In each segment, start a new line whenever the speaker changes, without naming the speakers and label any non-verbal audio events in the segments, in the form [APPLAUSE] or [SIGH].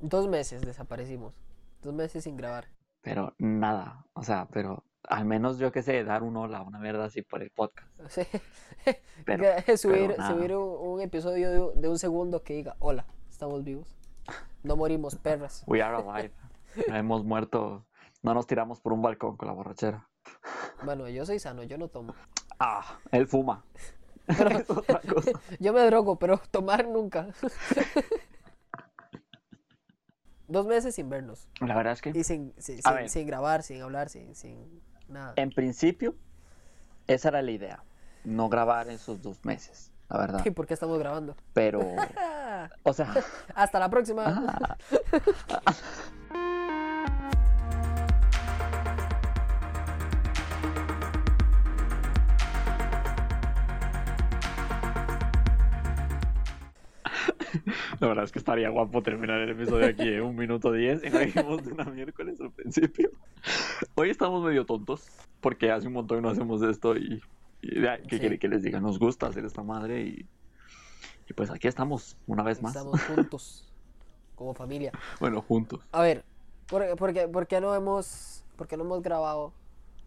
Dos meses desaparecimos. Dos meses sin grabar. [LAUGHS]
Pero nada, o sea, pero al menos yo que sé, dar un hola, una mierda así por el podcast.
O sea, [LAUGHS]
Pero,
subir
pero nada.
subir un, un episodio de, un- de un segundo que diga, hola, estamos vivos. No morimos, perras.
We are alive. No hemos muerto, no nos tiramos por un balcón con la borrachera.
Bueno, yo soy sano, yo no tomo.
Ah, él fuma. [LAUGHS] es otra cosa.
Yo me drogo, pero [LAUGHS] tomar nunca. Dos meses sin vernos.
La verdad es que
Y sin, sin,
A
sin-
ver. Eh,
sin grabar, sin hablar, sin, sin nada.
en principio esa era la idea, no grabar esos dos meses, la
[LAUGHS]
verdad.
¿Y por qué estamos grabando?
Pero,
Ah,
o sea,
Hasta la próxima.
ah, [LAUGHS] la verdad es que estaría guapo terminar el episodio aquí en un minuto diez y no dijimos de una miércoles al principio. Hoy estamos medio tontos porque hace un montón no hacemos esto y, y ya, ¿qué
Sí.
quiere que les diga? Nos gusta hacer esta madre y, y pues aquí estamos una vez más.
Estamos juntos, como familia.
Bueno, juntos.
A ver, ¿por, por qué, por qué no hemos, por qué no hemos grabado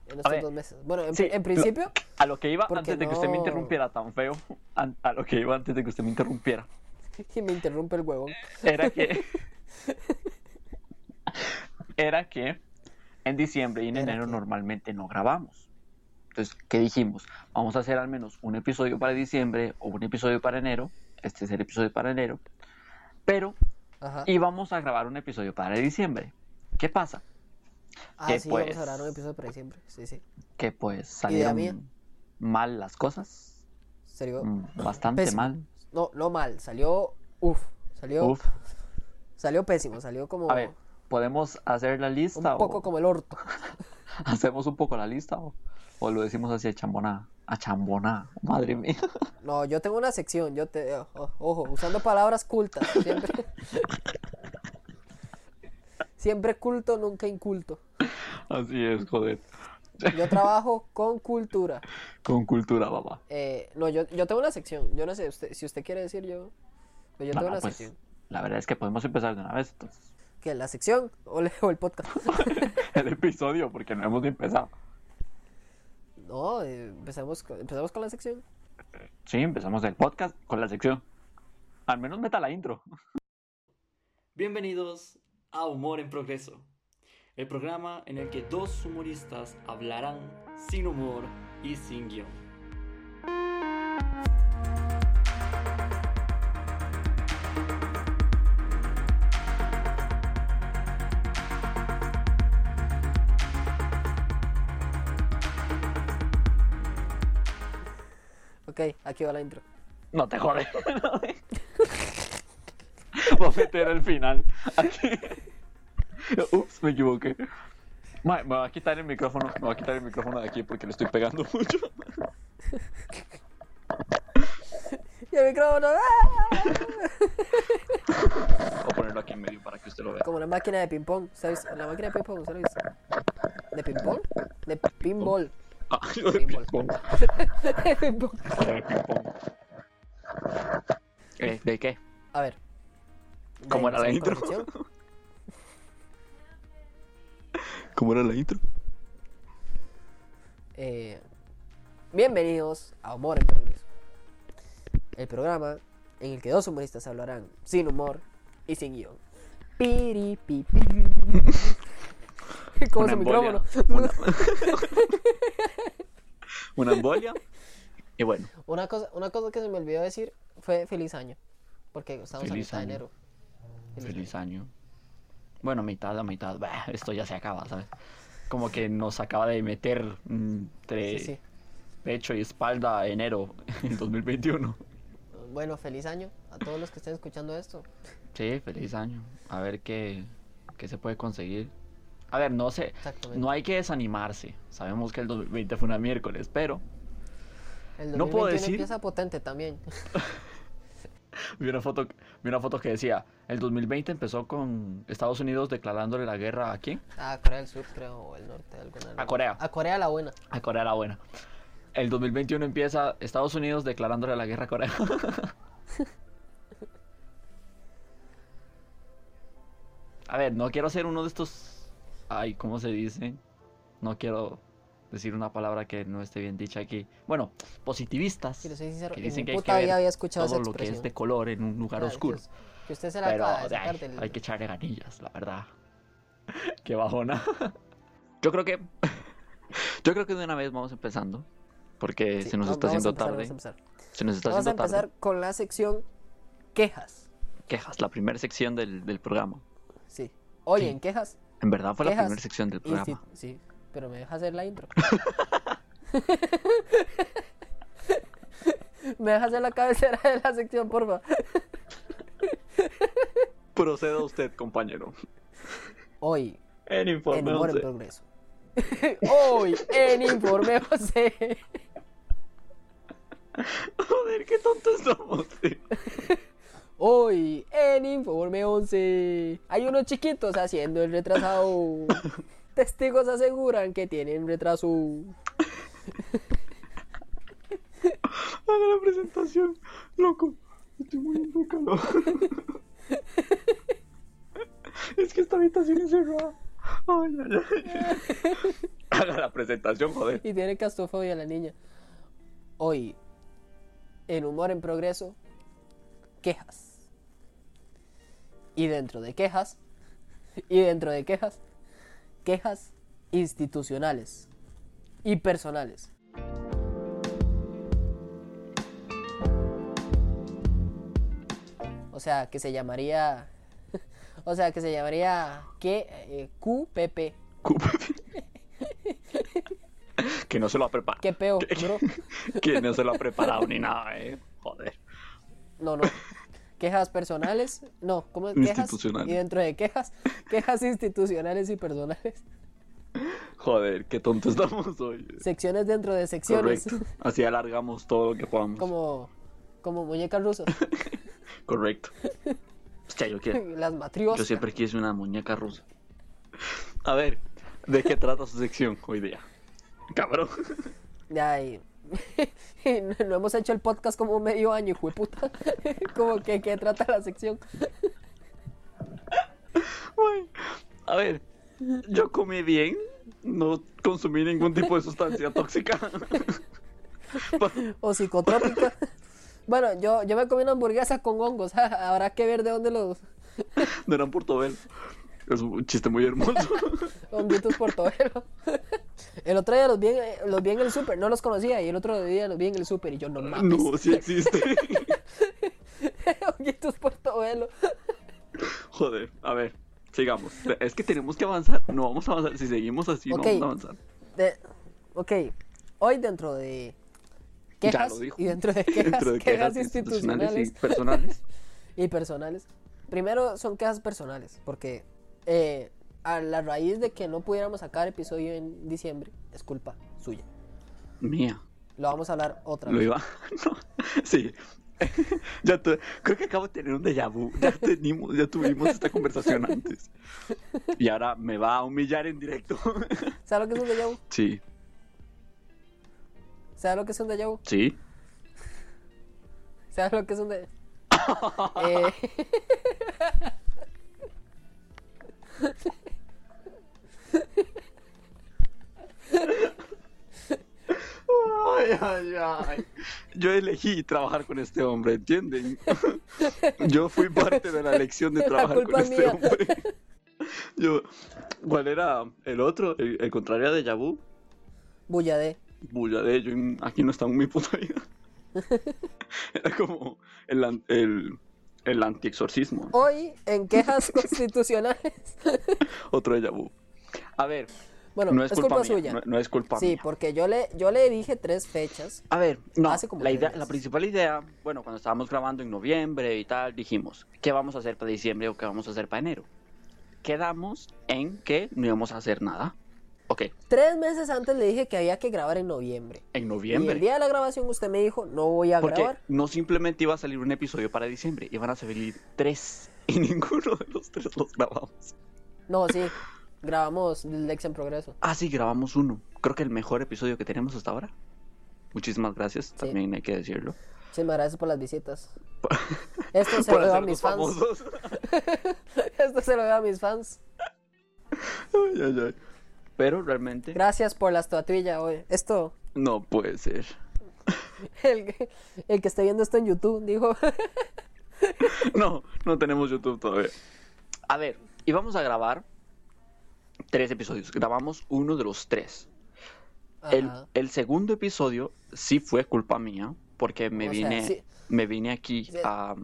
en estos
ver.
dos meses? Bueno, en,
Sí,
en
lo-
principio, [LAUGHS]
A lo que iba
Porque
antes de que usted me
no-
interrumpiera tan feo, an- a, lo que iba antes de que usted me interrumpiera,
y me interrumpe el huevón. [LAUGHS]
era que... era que en diciembre y en
Era
enero
que-
normalmente no grabamos. Entonces, ¿qué dijimos? Vamos a hacer al menos un episodio para diciembre o un episodio para enero. Este es el episodio para enero. Pero
Ajá.
íbamos a grabar un episodio para diciembre. ¿Qué pasa?
Ah,
que,
sí,
pues,
vamos a grabar un episodio para siempre. Sí, sí.
Que pues
Idea mía.
salieron mal las cosas.
Salió
mm, Bastante
Oh. Pésimo.
mal.
no, no mal, salió uf, salió
Uf.
salió pésimo, salió como
A ver, ¿podemos hacer la
un
lista
poco
o
como el orto.
hacemos un poco la lista o, o lo decimos así a chambona? A chambona, madre mía. [LAUGHS]
No, yo tengo una sección, yo te o- o- ojo, usando palabras cultas, siempre. [LAUGHS] siempre culto, nunca inculto.
Así es, joder.
Yo trabajo con cultura.
Con cultura, papá.
Eh, no, yo, yo tengo una sección. Yo no sé, usted- si usted quiere decir yo. Pero yo
No,
tengo
no,
una
pues,
sección.
la verdad es que podemos empezar de una vez entonces. [LAUGHS]
¿Qué? ¿La sección? [LAUGHS] ¿O, le- o el podcast? [LAUGHS]
El episodio, porque no hemos ni empezado.
no, eh, empezamos, con, empezamos con la sección.
Sí, empezamos el podcast con la sección. Al menos meta la intro.
Bienvenidos a Humor en Progreso, el programa en el que dos humoristas hablarán sin humor y sin guión.
Ok, aquí va la intro.
No te jodes. [LAUGHS] Voy a meter el final. Aquí. Ups, me equivoqué. Ma, me voy a quitar el micrófono. Me voy a quitar el micrófono de aquí porque le estoy pegando [LAUGHS] mucho.
¡Y el micrófono! ¡ah!
Voy a ponerlo aquí en medio para que usted lo vea.
Como la máquina de ping-pong. ¿Sabes? La máquina de ping-pong, ¿sabes? ¿De ping-pong? De pinball.
Ah, yo de
Pinball.
ping-pong.
[LAUGHS] De ping-pong.
Yo de ping-pong. Eh, ¿De qué?
A ver.
¿Cómo era la
empezamos con
intro?
sección.
[LAUGHS] ¿Cómo era la intro?
Eh, bienvenidos a Humor en Progreso. El programa en el que dos humoristas hablarán sin humor y sin guión. Piri, pi,
[LAUGHS]
pi. Como
Una
su
embolia.
micrófono.
[LAUGHS] Una embolia. Y bueno,
Una cosa, una cosa que se me olvidó decir fue feliz año. Porque estamos a
Feliz
mitad de
año.
enero.
feliz año. Bueno, mitad a mitad. Bah, esto ya se acaba, ¿sabes? Como que nos acaba de meter entre
Sí, sí.
pecho y espalda enero [LAUGHS] en 2021.
Bueno, feliz año a todos los que estén escuchando esto.
Sí, feliz año. A ver qué, qué se puede conseguir. A ver, no sé,
Exactamente.
no hay que desanimarse. Sabemos que el 2020 fue una miércoles, pero [LAUGHS]
El
no puedo
2021
decir-
empieza potente también. [LAUGHS]
vi una foto, vi una foto que decía, el 2020 empezó con Estados Unidos declarándole la guerra a quién?
A Ah, Corea del Sur, creo, o el norte, alguna. de las-
Corea.
A Corea la buena.
A Corea la buena. El 2021 empieza Estados Unidos declarándole la guerra a [LAUGHS] Corea. ver, no quiero ser uno de estos. Ay, ¿cómo se dice? No quiero decir una palabra que no esté bien dicha aquí. Bueno, positivistas.
Si lo soy sincero,
que
en
dicen
mi
que hay que
puta vida
ver
había escuchado esa
todo lo que es
expresión. Ah,
de color en un lugar
Claro,
oscuro.
Que, us- que usted se la
Pero
acaba de
ay,
sacar del...
hay que echarle ganillas, la verdad. [LAUGHS] Qué bajona. [LAUGHS] Yo creo que. [LAUGHS] Yo creo que de una vez vamos empezando. Porque
Sí,
se nos
va-
está
vamos a empezar,
haciendo tarde.
Vamos a empezar,
Se nos está
Vamos a
haciendo
empezar
tarde.
con la sección quejas.
Quejas, la primera sección del, del programa.
Sí. Oye,
Sí.
en quejas...
En verdad fue la
Quejas,
primera sección del
insti-
programa.
Sí, pero me deja hacer la
[LAUGHS]
intro. [LAUGHS] me deja hacer la cabecera de la sección, porfa.
Proceda usted, compañero.
Hoy,
En
en
informe
Humor en Progreso. [LAUGHS] Hoy, en Informe José.
[LAUGHS] Joder, qué tontos somos.
Hoy en Informe 11 hay unos chiquitos haciendo el retrasado. Testigos aseguran que tienen retraso.
Haga la presentación, loco. Estoy muriendo de calor. es que esta habitación es cerrada. Ay, ay, ay. Haga la presentación, joder.
Y tiene castrofobia la niña. Hoy en Humor en Progreso, quejas. Y dentro de quejas, y dentro de quejas, quejas institucionales y personales. O sea, que se llamaría. [LAUGHS] O sea, que se llamaría. que eh, QPP.
que no se lo ha preparado.
¿Qué peo, bro?
Que no se lo ha preparado ni nada, eh. Joder.
No, no. Quejas personales, no, ¿cómo es? quejas?
Institucionales.
Y dentro de quejas, [LAUGHS] quejas institucionales y
[LAUGHS]
personales.
Joder, qué tontos estamos hoy.
Secciones dentro de secciones.
Correcto. Así alargamos todo lo que
[LAUGHS]
podamos.
Como, como muñecas rusas. [LAUGHS]
Correcto. Hostia, yo quiero.
Las matrioscas.
Yo siempre quise una muñeca rusa. A ver, ¿de qué trata su sección hoy día? Cabrón.
Ya, y- [LAUGHS] y no, no hemos hecho el podcast como medio año, hijo de puta. [LAUGHS] como que, que trata la sección.
Güey. A ver, yo comí bien, no consumí ningún tipo de sustancia tóxica. Pa-
O psicotrópica. [LAUGHS] bueno, yo, yo me comí una hamburguesa con hongos. [LAUGHS] Habrá que ver de dónde los
No eran portobel. Es un chiste muy hermoso.
honguitos portobelo. [LAUGHS] El otro día los vi, en- eh, los vi en el súper, no los conocía, y el otro día los vi en el súper y yo no mames. [LAUGHS]
No, sí existe.
honguitos portobelo.
Joder, a ver, sigamos. Es que tenemos que avanzar. No vamos a avanzar. Si seguimos así,
Ok.
no vamos a avanzar.
De- ok, hoy dentro de
Ya
quejas
lo dijo.
y dentro de quejas,
[LAUGHS] Dentro de
quejas,
institucionales
institucionales
y personales.
y personales. Primero son quejas personales, porque eh, a la raíz de que no pudiéramos sacar episodio en diciembre, es culpa suya.
Mía.
Lo vamos a hablar otra
Lo
vez.
iba. [LAUGHS] No. Sí. [LAUGHS] ya tu- Creo que acabo de tener un déjà vu. Ya, tenimos- ya tuvimos esta conversación antes. Y ahora me va a humillar en directo. [LAUGHS]
¿Sabes lo que es un déjà vu?
sí,
¿Sabes lo que es un déjà vu?
sí.
¿Sabes lo que es un
[LAUGHS]
déjà vu? Eh,
Ay, ay, ay. Yo elegí trabajar con este hombre, ¿entienden? [LAUGHS] Yo fui parte de la elección de
La
trabajar con
culpa es
este
mía.
hombre. [LAUGHS] Yo, ¿cuál era el otro? El, el contrario de déjà vu.
bulla de.
bulla de ello, en- aquí no está en mi
[LAUGHS]
puta vida. Era como el, an- el, el anti-exorcismo,
Hoy en quejas constitucionales.
otro déjà vu. A ver,
Bueno,
no
es
es
culpa,
culpa, mía,
suya.
No, no es culpa
sí,
mía.
porque yo le, yo le dije tres fechas.
A ver, no,
Hace como
la,
tres
idea,
meses.
la principal idea, bueno, cuando estábamos grabando en noviembre y tal, dijimos, ¿qué vamos a hacer para diciembre o qué vamos a hacer para enero? Quedamos en que no íbamos a hacer nada. Ok,
Tres meses antes le dije que había que grabar en noviembre.
en
Y el
noviembre.
día de la grabación usted me dijo, no voy a
Porque
grabar.
no simplemente iba a salir un episodio para diciembre, iban a salir tres. Y [LAUGHS] ninguno de los tres los grabamos.
No, sí, grabamos Lex en Progreso.
Ah, sí, grabamos uno. Creo que el mejor episodio que tenemos hasta ahora. Muchísimas gracias, también hay que decirlo.
Sí, Sí, me agradezco por las
[LAUGHS]
visitas. Esto se lo
Por
debo a
hacernos
mis fans.
famosos.
[LAUGHS]
[LAUGHS]
Esto se lo debo a mis fans.
Ay, ay, ay. Pero realmente
Gracias por la estatuilla hoy. Esto, [LAUGHS]
no puede ser. [LAUGHS]
el, que- el que esté viendo esto en YouTube, dijo.
No, no tenemos YouTube todavía. A ver, y vamos a grabar tres episodios. Grabamos uno de los tres. El,
Ajá.
el segundo episodio sí fue culpa mía, porque me
O sea,
vine,
sí.
me vine aquí
Sí.
a...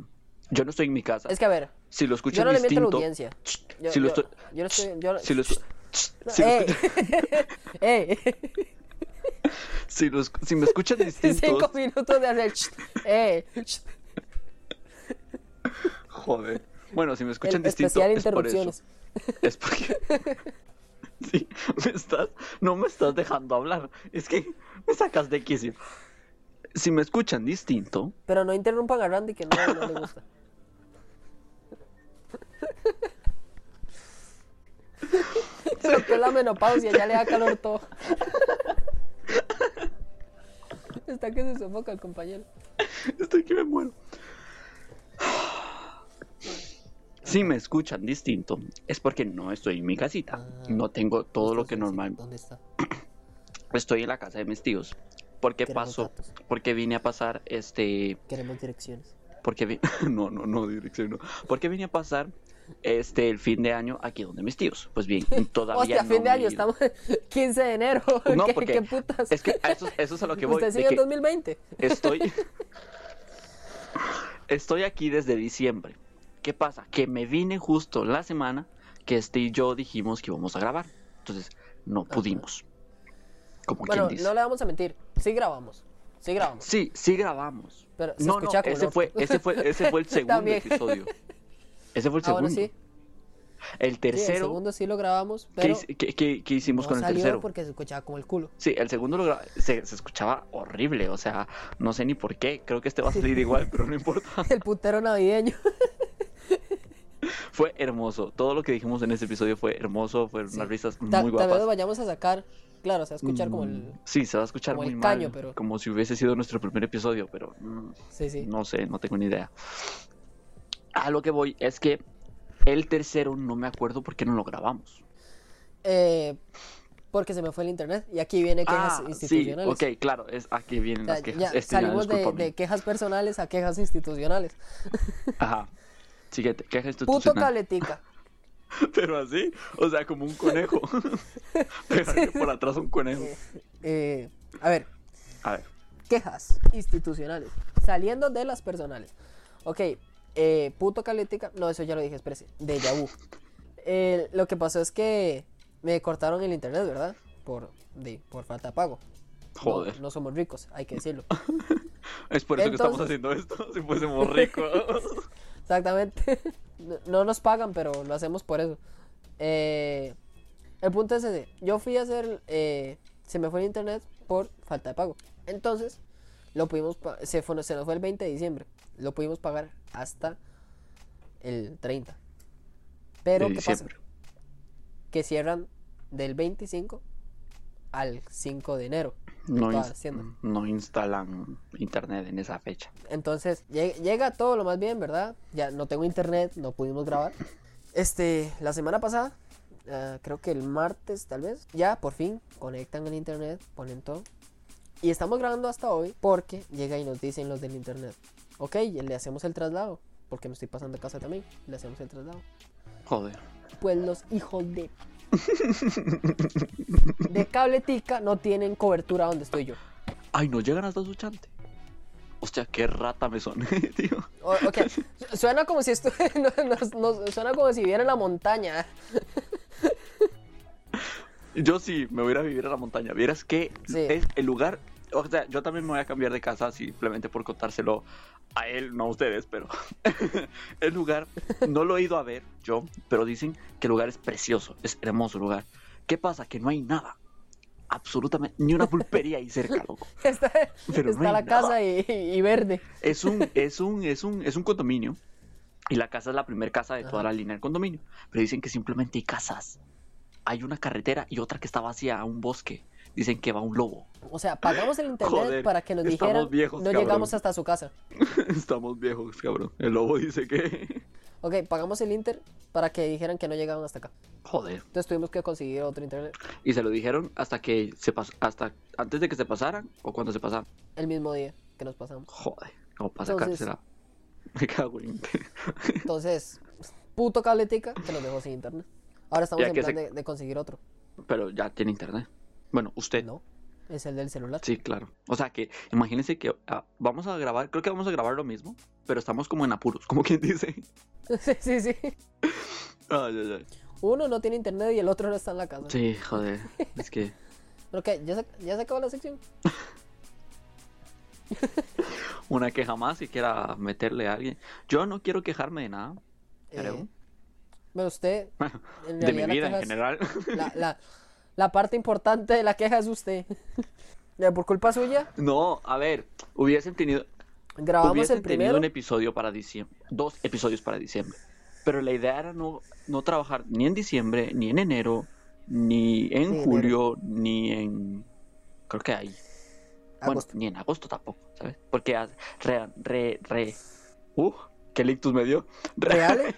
Yo no estoy en mi casa.
Es que a ver,
si lo escuchan
yo no le miento a la
distinto...
audiencia. Yo,
si lo
yo-
estoy...
yo no estoy. Yo, no- eh.
Si lo, estu-
no,
si, lo
¡Ey!
escuchan- [LAUGHS]
¡Ey! [LAUGHS]
si lo escu- si me escuchan
Cinco [LAUGHS]
distintos...
minutos de hacer. eh, ¡Ey!
Joder. Bueno, si me escuchan
El
distinto
especial
es por eso.
interrupciones.
[LAUGHS] Es porque.
[LAUGHS]
Sí, me estás. No me estás dejando hablar. Es que me sacas de quicio. Si me escuchan distinto.
Pero no interrumpan a Randy que no, no le gusta. [LAUGHS] Lo que es la menopausia, ya le da calor todo. [LAUGHS] Está que se sofoca el compañero.
Estoy que me muero. Si me escuchan distinto, es porque no estoy en mi casita. No tengo todo lo que normal.
¿Dónde está?
Estoy en la casa de mis tíos. Porque
Queremos
paso.
datos.
Porque vine a pasar este.
Queremos direcciones.
Porque vi- [LAUGHS] no, no, no, dirección no. Porque vine a pasar este el fin de año aquí donde mis tíos. Pues
[LAUGHS]
bien, todavía
Hostia,
no
fin de
me he
año,
ido.
estamos [LAUGHS] 15 de enero.
[LAUGHS] No,
[LAUGHS] ¿Qué,
porque
qué putas?
Es que a eso, eso es a lo que voy.
¿Usted
de
sigue en
que
2020? [LAUGHS]
estoy [LAUGHS] Estoy aquí desde diciembre. ¿Qué pasa? Que me vine justo la semana que este y yo dijimos que íbamos a grabar. Entonces, no pudimos. Como
Bueno,
quien dice.
no le vamos a mentir. Sí grabamos. Sí grabamos.
Sí, sí grabamos.
Pero se
no, no,
escuchaba como el
ese
orto.
fue, ese fue, ese
[LAUGHS]
fue el segundo
También.
episodio. Ese fue el
Ah, bueno,
segundo.
sí.
El
Sí, el
tercero
segundo sí lo grabamos,
¿Qué,
pero
hici- qué- qué- qué
no
hicimos con el
salió
tercero?
porque se escuchaba como el culo. [LAUGHS]
Sí, el segundo lo gra- se, se escuchaba horrible, o sea, no sé ni por qué, creo que este va a salir igual, pero no importa. [LAUGHS]
El putero navideño.
Fue hermoso, todo lo que dijimos en ese episodio fue hermoso, fueron unas risas
Ta-
muy
Tal vez lo
guapas.
vayamos a sacar. Claro, se va a escuchar como el.
Mm, Sí, se va a escuchar
como
muy
el
mal,
caño, pero-
como si hubiese sido nuestro primer episodio, pero mm,
Sí, sí.
no sé, no tengo ni idea. A lo que voy es que el tercero no me acuerdo por qué no lo grabamos.
Eh, porque se me fue el internet. Y aquí viene quejas
Ah, sí,
institucionales.
ok, claro, es aquí vienen
O sea,
las quejas.
ya
Este, ya,
salimos de,
discúlpame.
de quejas personales a quejas institucionales.
Ajá. Siguiente,
Puto
queja institucional.
cabletica.
[LAUGHS] Pero así, o sea, como
[LAUGHS]
un conejo. Pero hay por atrás un conejo.
Eh, a ver,
A ver.
quejas institucionales. Saliendo de las personales. Ok, eh, puto calética. No, eso ya lo dije, espérese. De Yahoo. Eh, lo que pasó es que me cortaron el internet, ¿verdad? Por, de, por falta de pago. No-
Joder.
No, somos ricos, hay que decirlo.
Es por eso
Entonces-
que estamos haciendo esto, [LAUGHS] si fuésemos ricos.
Exactamente. [LAUGHS] No, no nos pagan, pero lo hacemos por eso. Eh, el punto es ese. Yo fui a hacer... eh, se me fue el internet por falta de pago. Entonces, lo pudimos... pa- Se, fue, se nos fue el 20 de diciembre. Lo pudimos pagar hasta el 30. Pero,
De
¿qué pasa?
diciembre.
Que cierran del 25 al 5 de enero.
No,
Todas
ins-
las tiendas.
no instalan internet en esa fecha.
Entonces, lleg- llega todo lo más bien, ¿verdad? Ya no tengo internet, no pudimos grabar. Este, la semana pasada, ah, creo que el martes tal vez, ya por fin conectan el internet, ponen todo. Y estamos grabando hasta hoy porque llega y nos dicen los del internet. Ok, le hacemos el traslado, porque me estoy pasando a casa también. Le hacemos el traslado.
Joder.
Pues los hijos de... De cabletica no tienen cobertura donde estoy yo.
Ay, no llegan hasta Suchante. Hostia, qué rata me soné, [LAUGHS] tío.
O-
[LAUGHS]
ok, su- suena como si estu- [LAUGHS] no- no- no- suena como si viera en la montaña. [LAUGHS]
Yo sí, me voy a ir a vivir a la montaña. Vieras que
Sí.
es el lugar. O sea, yo también me voy a cambiar de casa simplemente por contárselo a él, no a ustedes, pero [LAUGHS] el lugar no lo he ido a ver yo, pero dicen que el lugar es precioso, es hermoso el lugar. ¿Qué pasa? Que no hay nada, absolutamente ni una pulpería ahí cerca, loco.
Está,
Pero
está
no hay
la
nada.
casa y, y verde.
Es un, [LAUGHS] es un, es un, es un condominio y la casa es la primera casa de toda
Ajá.
la línea del condominio, pero dicen que simplemente hay casas, hay una carretera y otra que está vacía, un bosque. dicen que va un lobo. [LAUGHS]
O sea, pagamos el internet
Joder,
para que nos
estamos
dijeran
viejos,
no
cabrón".
llegamos hasta su casa.
Estamos viejos, cabrón. El lobo dice que. [LAUGHS]
Ok, pagamos el inter para que dijeran que no llegaban hasta acá.
Joder.
Entonces tuvimos que conseguir otro internet
Y se lo dijeron hasta que se pas hasta antes de que se pasaran o cuando se pasaran.
el mismo día que nos pasamos.
Joder, no pasa
Entonces-
cárcel. ah. [LAUGHS] Me cago en.
Entonces, puto cabletica que nos dejó sin internet. Ahora estamos
Ya
en
que
plan
se-
de, de conseguir otro.
Pero ya tiene internet. Bueno, usted.
No, es el del celular. [LAUGHS]
Sí, claro. O sea que imagínense que ah, vamos a grabar, creo que vamos a grabar lo mismo, pero estamos como en apuros, como quien dice. [LAUGHS]
sí, sí, sí.
Ay, ay, ay.
Uno no tiene internet y el otro no está en la casa.
Sí, joder. Es que.
¿Pero qué? ¿Ya se, ya se acabó la sección?
Una que jamás si quiera meterle a alguien. Yo no quiero quejarme de nada. Creo. [LAUGHS]
Eh, bueno, usted... en
de mi
realidad la
vida en
queja es-
general.
La,
[LAUGHS]
la- la parte importante de la queja es usted. [LAUGHS] Ya, Por culpa suya,
No, a ver, hubiesen tenido,
grabamos
hubiesen
el primero.
tenido un episodio para diciembre, dos episodios para diciembre. Pero la idea era no, no trabajar ni en diciembre, ni en enero, ni
Ni
en
enero.
julio, ni en... Creo que ahí. Bueno,
Agosto.
ni en agosto tampoco, ¿sabes? Porque a- re, re, re... Uh, qué lictus me dio. Re-
¿Reales?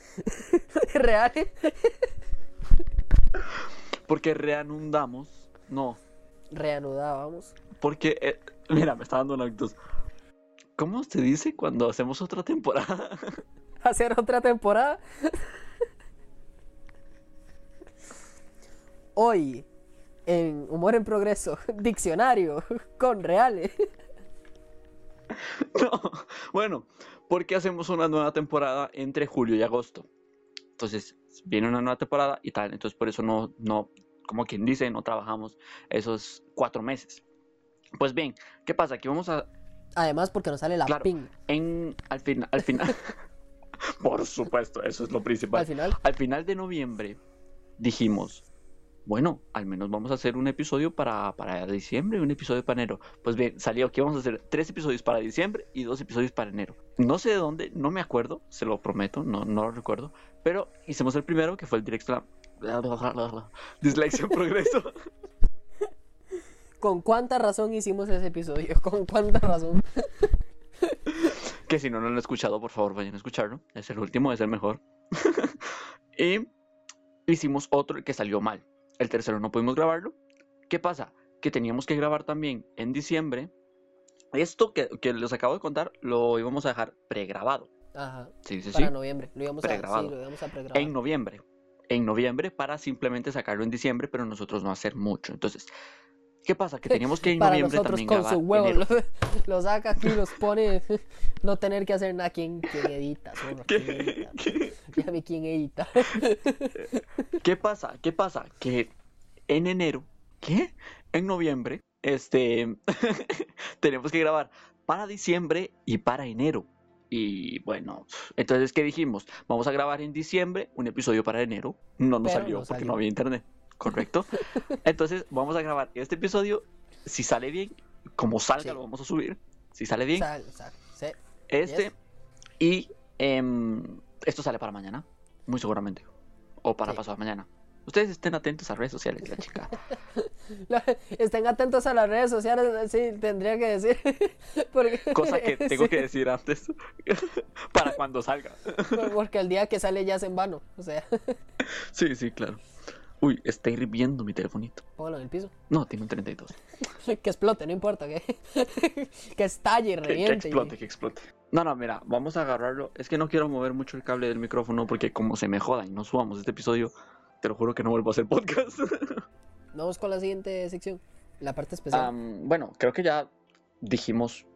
[LAUGHS] ¿Reales?
[LAUGHS] porque reanudamos. No,
Reanudábamos.
porque... eh, mira, me está dando un ictus. ¿Cómo se dice cuando hacemos otra temporada?
Hacer otra temporada. [LAUGHS] Hoy, en Humor en Progreso, [LAUGHS] diccionario [LAUGHS] con reales.
No, [LAUGHS] bueno, porque hacemos una nueva temporada entre julio y agosto. Entonces, viene una nueva temporada y tal. Entonces, por eso no, no, como quien dice, no trabajamos esos cuatro meses. Pues bien, ¿qué pasa? Aquí vamos a,
Además, porque nos sale la
Claro.
ping
en, al final, al final. por supuesto, eso es lo
al
principal.
final.
Al final de noviembre dijimos, bueno, al menos vamos a hacer un episodio para, para diciembre y un episodio para enero. Pues bien, salió que vamos a hacer tres episodios para diciembre y dos episodios para enero. No sé de dónde, no me acuerdo, se lo prometo, no, no lo recuerdo. Pero hicimos el primero que fue el directo a la... Dislexia en [LAUGHS] progreso.
¿Con cuánta razón hicimos ese episodio? [LAUGHS] ¿Con cuánta razón?
que si no, no lo han escuchado, por favor, vayan a escucharlo. Es el último, es el mejor. [LAUGHS] y hicimos otro que salió mal. El tercero no pudimos grabarlo. ¿Qué pasa? Que teníamos que grabar también en diciembre. Esto que, que les acabo de contar lo íbamos a dejar pregrabado.
Ajá.
Sí, sí, sí.
Para noviembre. Lo íbamos a, sí,
Pregrabado.
lo íbamos a pregrabar.
En noviembre. En noviembre para simplemente sacarlo en diciembre, pero nosotros no hacer mucho. Entonces, ¿qué pasa? Que teníamos que en
para
noviembre
nosotros
también
con
grabar
su huevo
enero.
lo, lo [LAUGHS] saca aquí los pone [LAUGHS] no tener que hacer nada quién quién edita zorro? ¿Quién
¿Qué-
edita? [LAUGHS]
[LAUGHS] qué-
Dígame quién edita
¿Qué pasa? ¿Qué pasa? Que en enero, ¿qué? En noviembre, este, [LAUGHS] tenemos que grabar para diciembre y para enero. Y bueno, entonces, ¿qué dijimos? Vamos a grabar en diciembre un episodio para enero. No nos
Pero
salió
no
porque
salió.
no había internet,
[LAUGHS]
¿correcto? Entonces, vamos a grabar este episodio. Si sale bien, como salga,
Sí.
lo vamos a subir. Si sale
[LAUGHS]
bien,
sal, sal, sí.
este.
Yes.
Y em, esto sale para mañana, muy seguramente. O para
Sí.
pasado mañana. Ustedes estén atentos a redes sociales, la
[LAUGHS]
chica.
La- estén atentos a las redes sociales sí tendría que decir [LAUGHS] porque
[LAUGHS] Cosa
[LAUGHS]
que tengo
sí,
que decir antes. [LAUGHS] para cuando salga.
porque el día que sale ya es en vano o sea [LAUGHS]
Sí, sí, claro. Uy, está hirviendo mi telefonito.
póngalo en el piso [LAUGHS]
No, tiene un 32.
que explote no importa que [LAUGHS] que estalle y
Que, que
reviente y-
explote, que explote. No, no, mira, vamos a agarrarlo. Es que no quiero mover mucho el cable del micrófono porque como se me joda y no subamos este episodio, te lo juro que no vuelvo a hacer podcast. [LAUGHS]
vamos con la siguiente sección la parte especial
Am, bueno, creo que ya dijimos.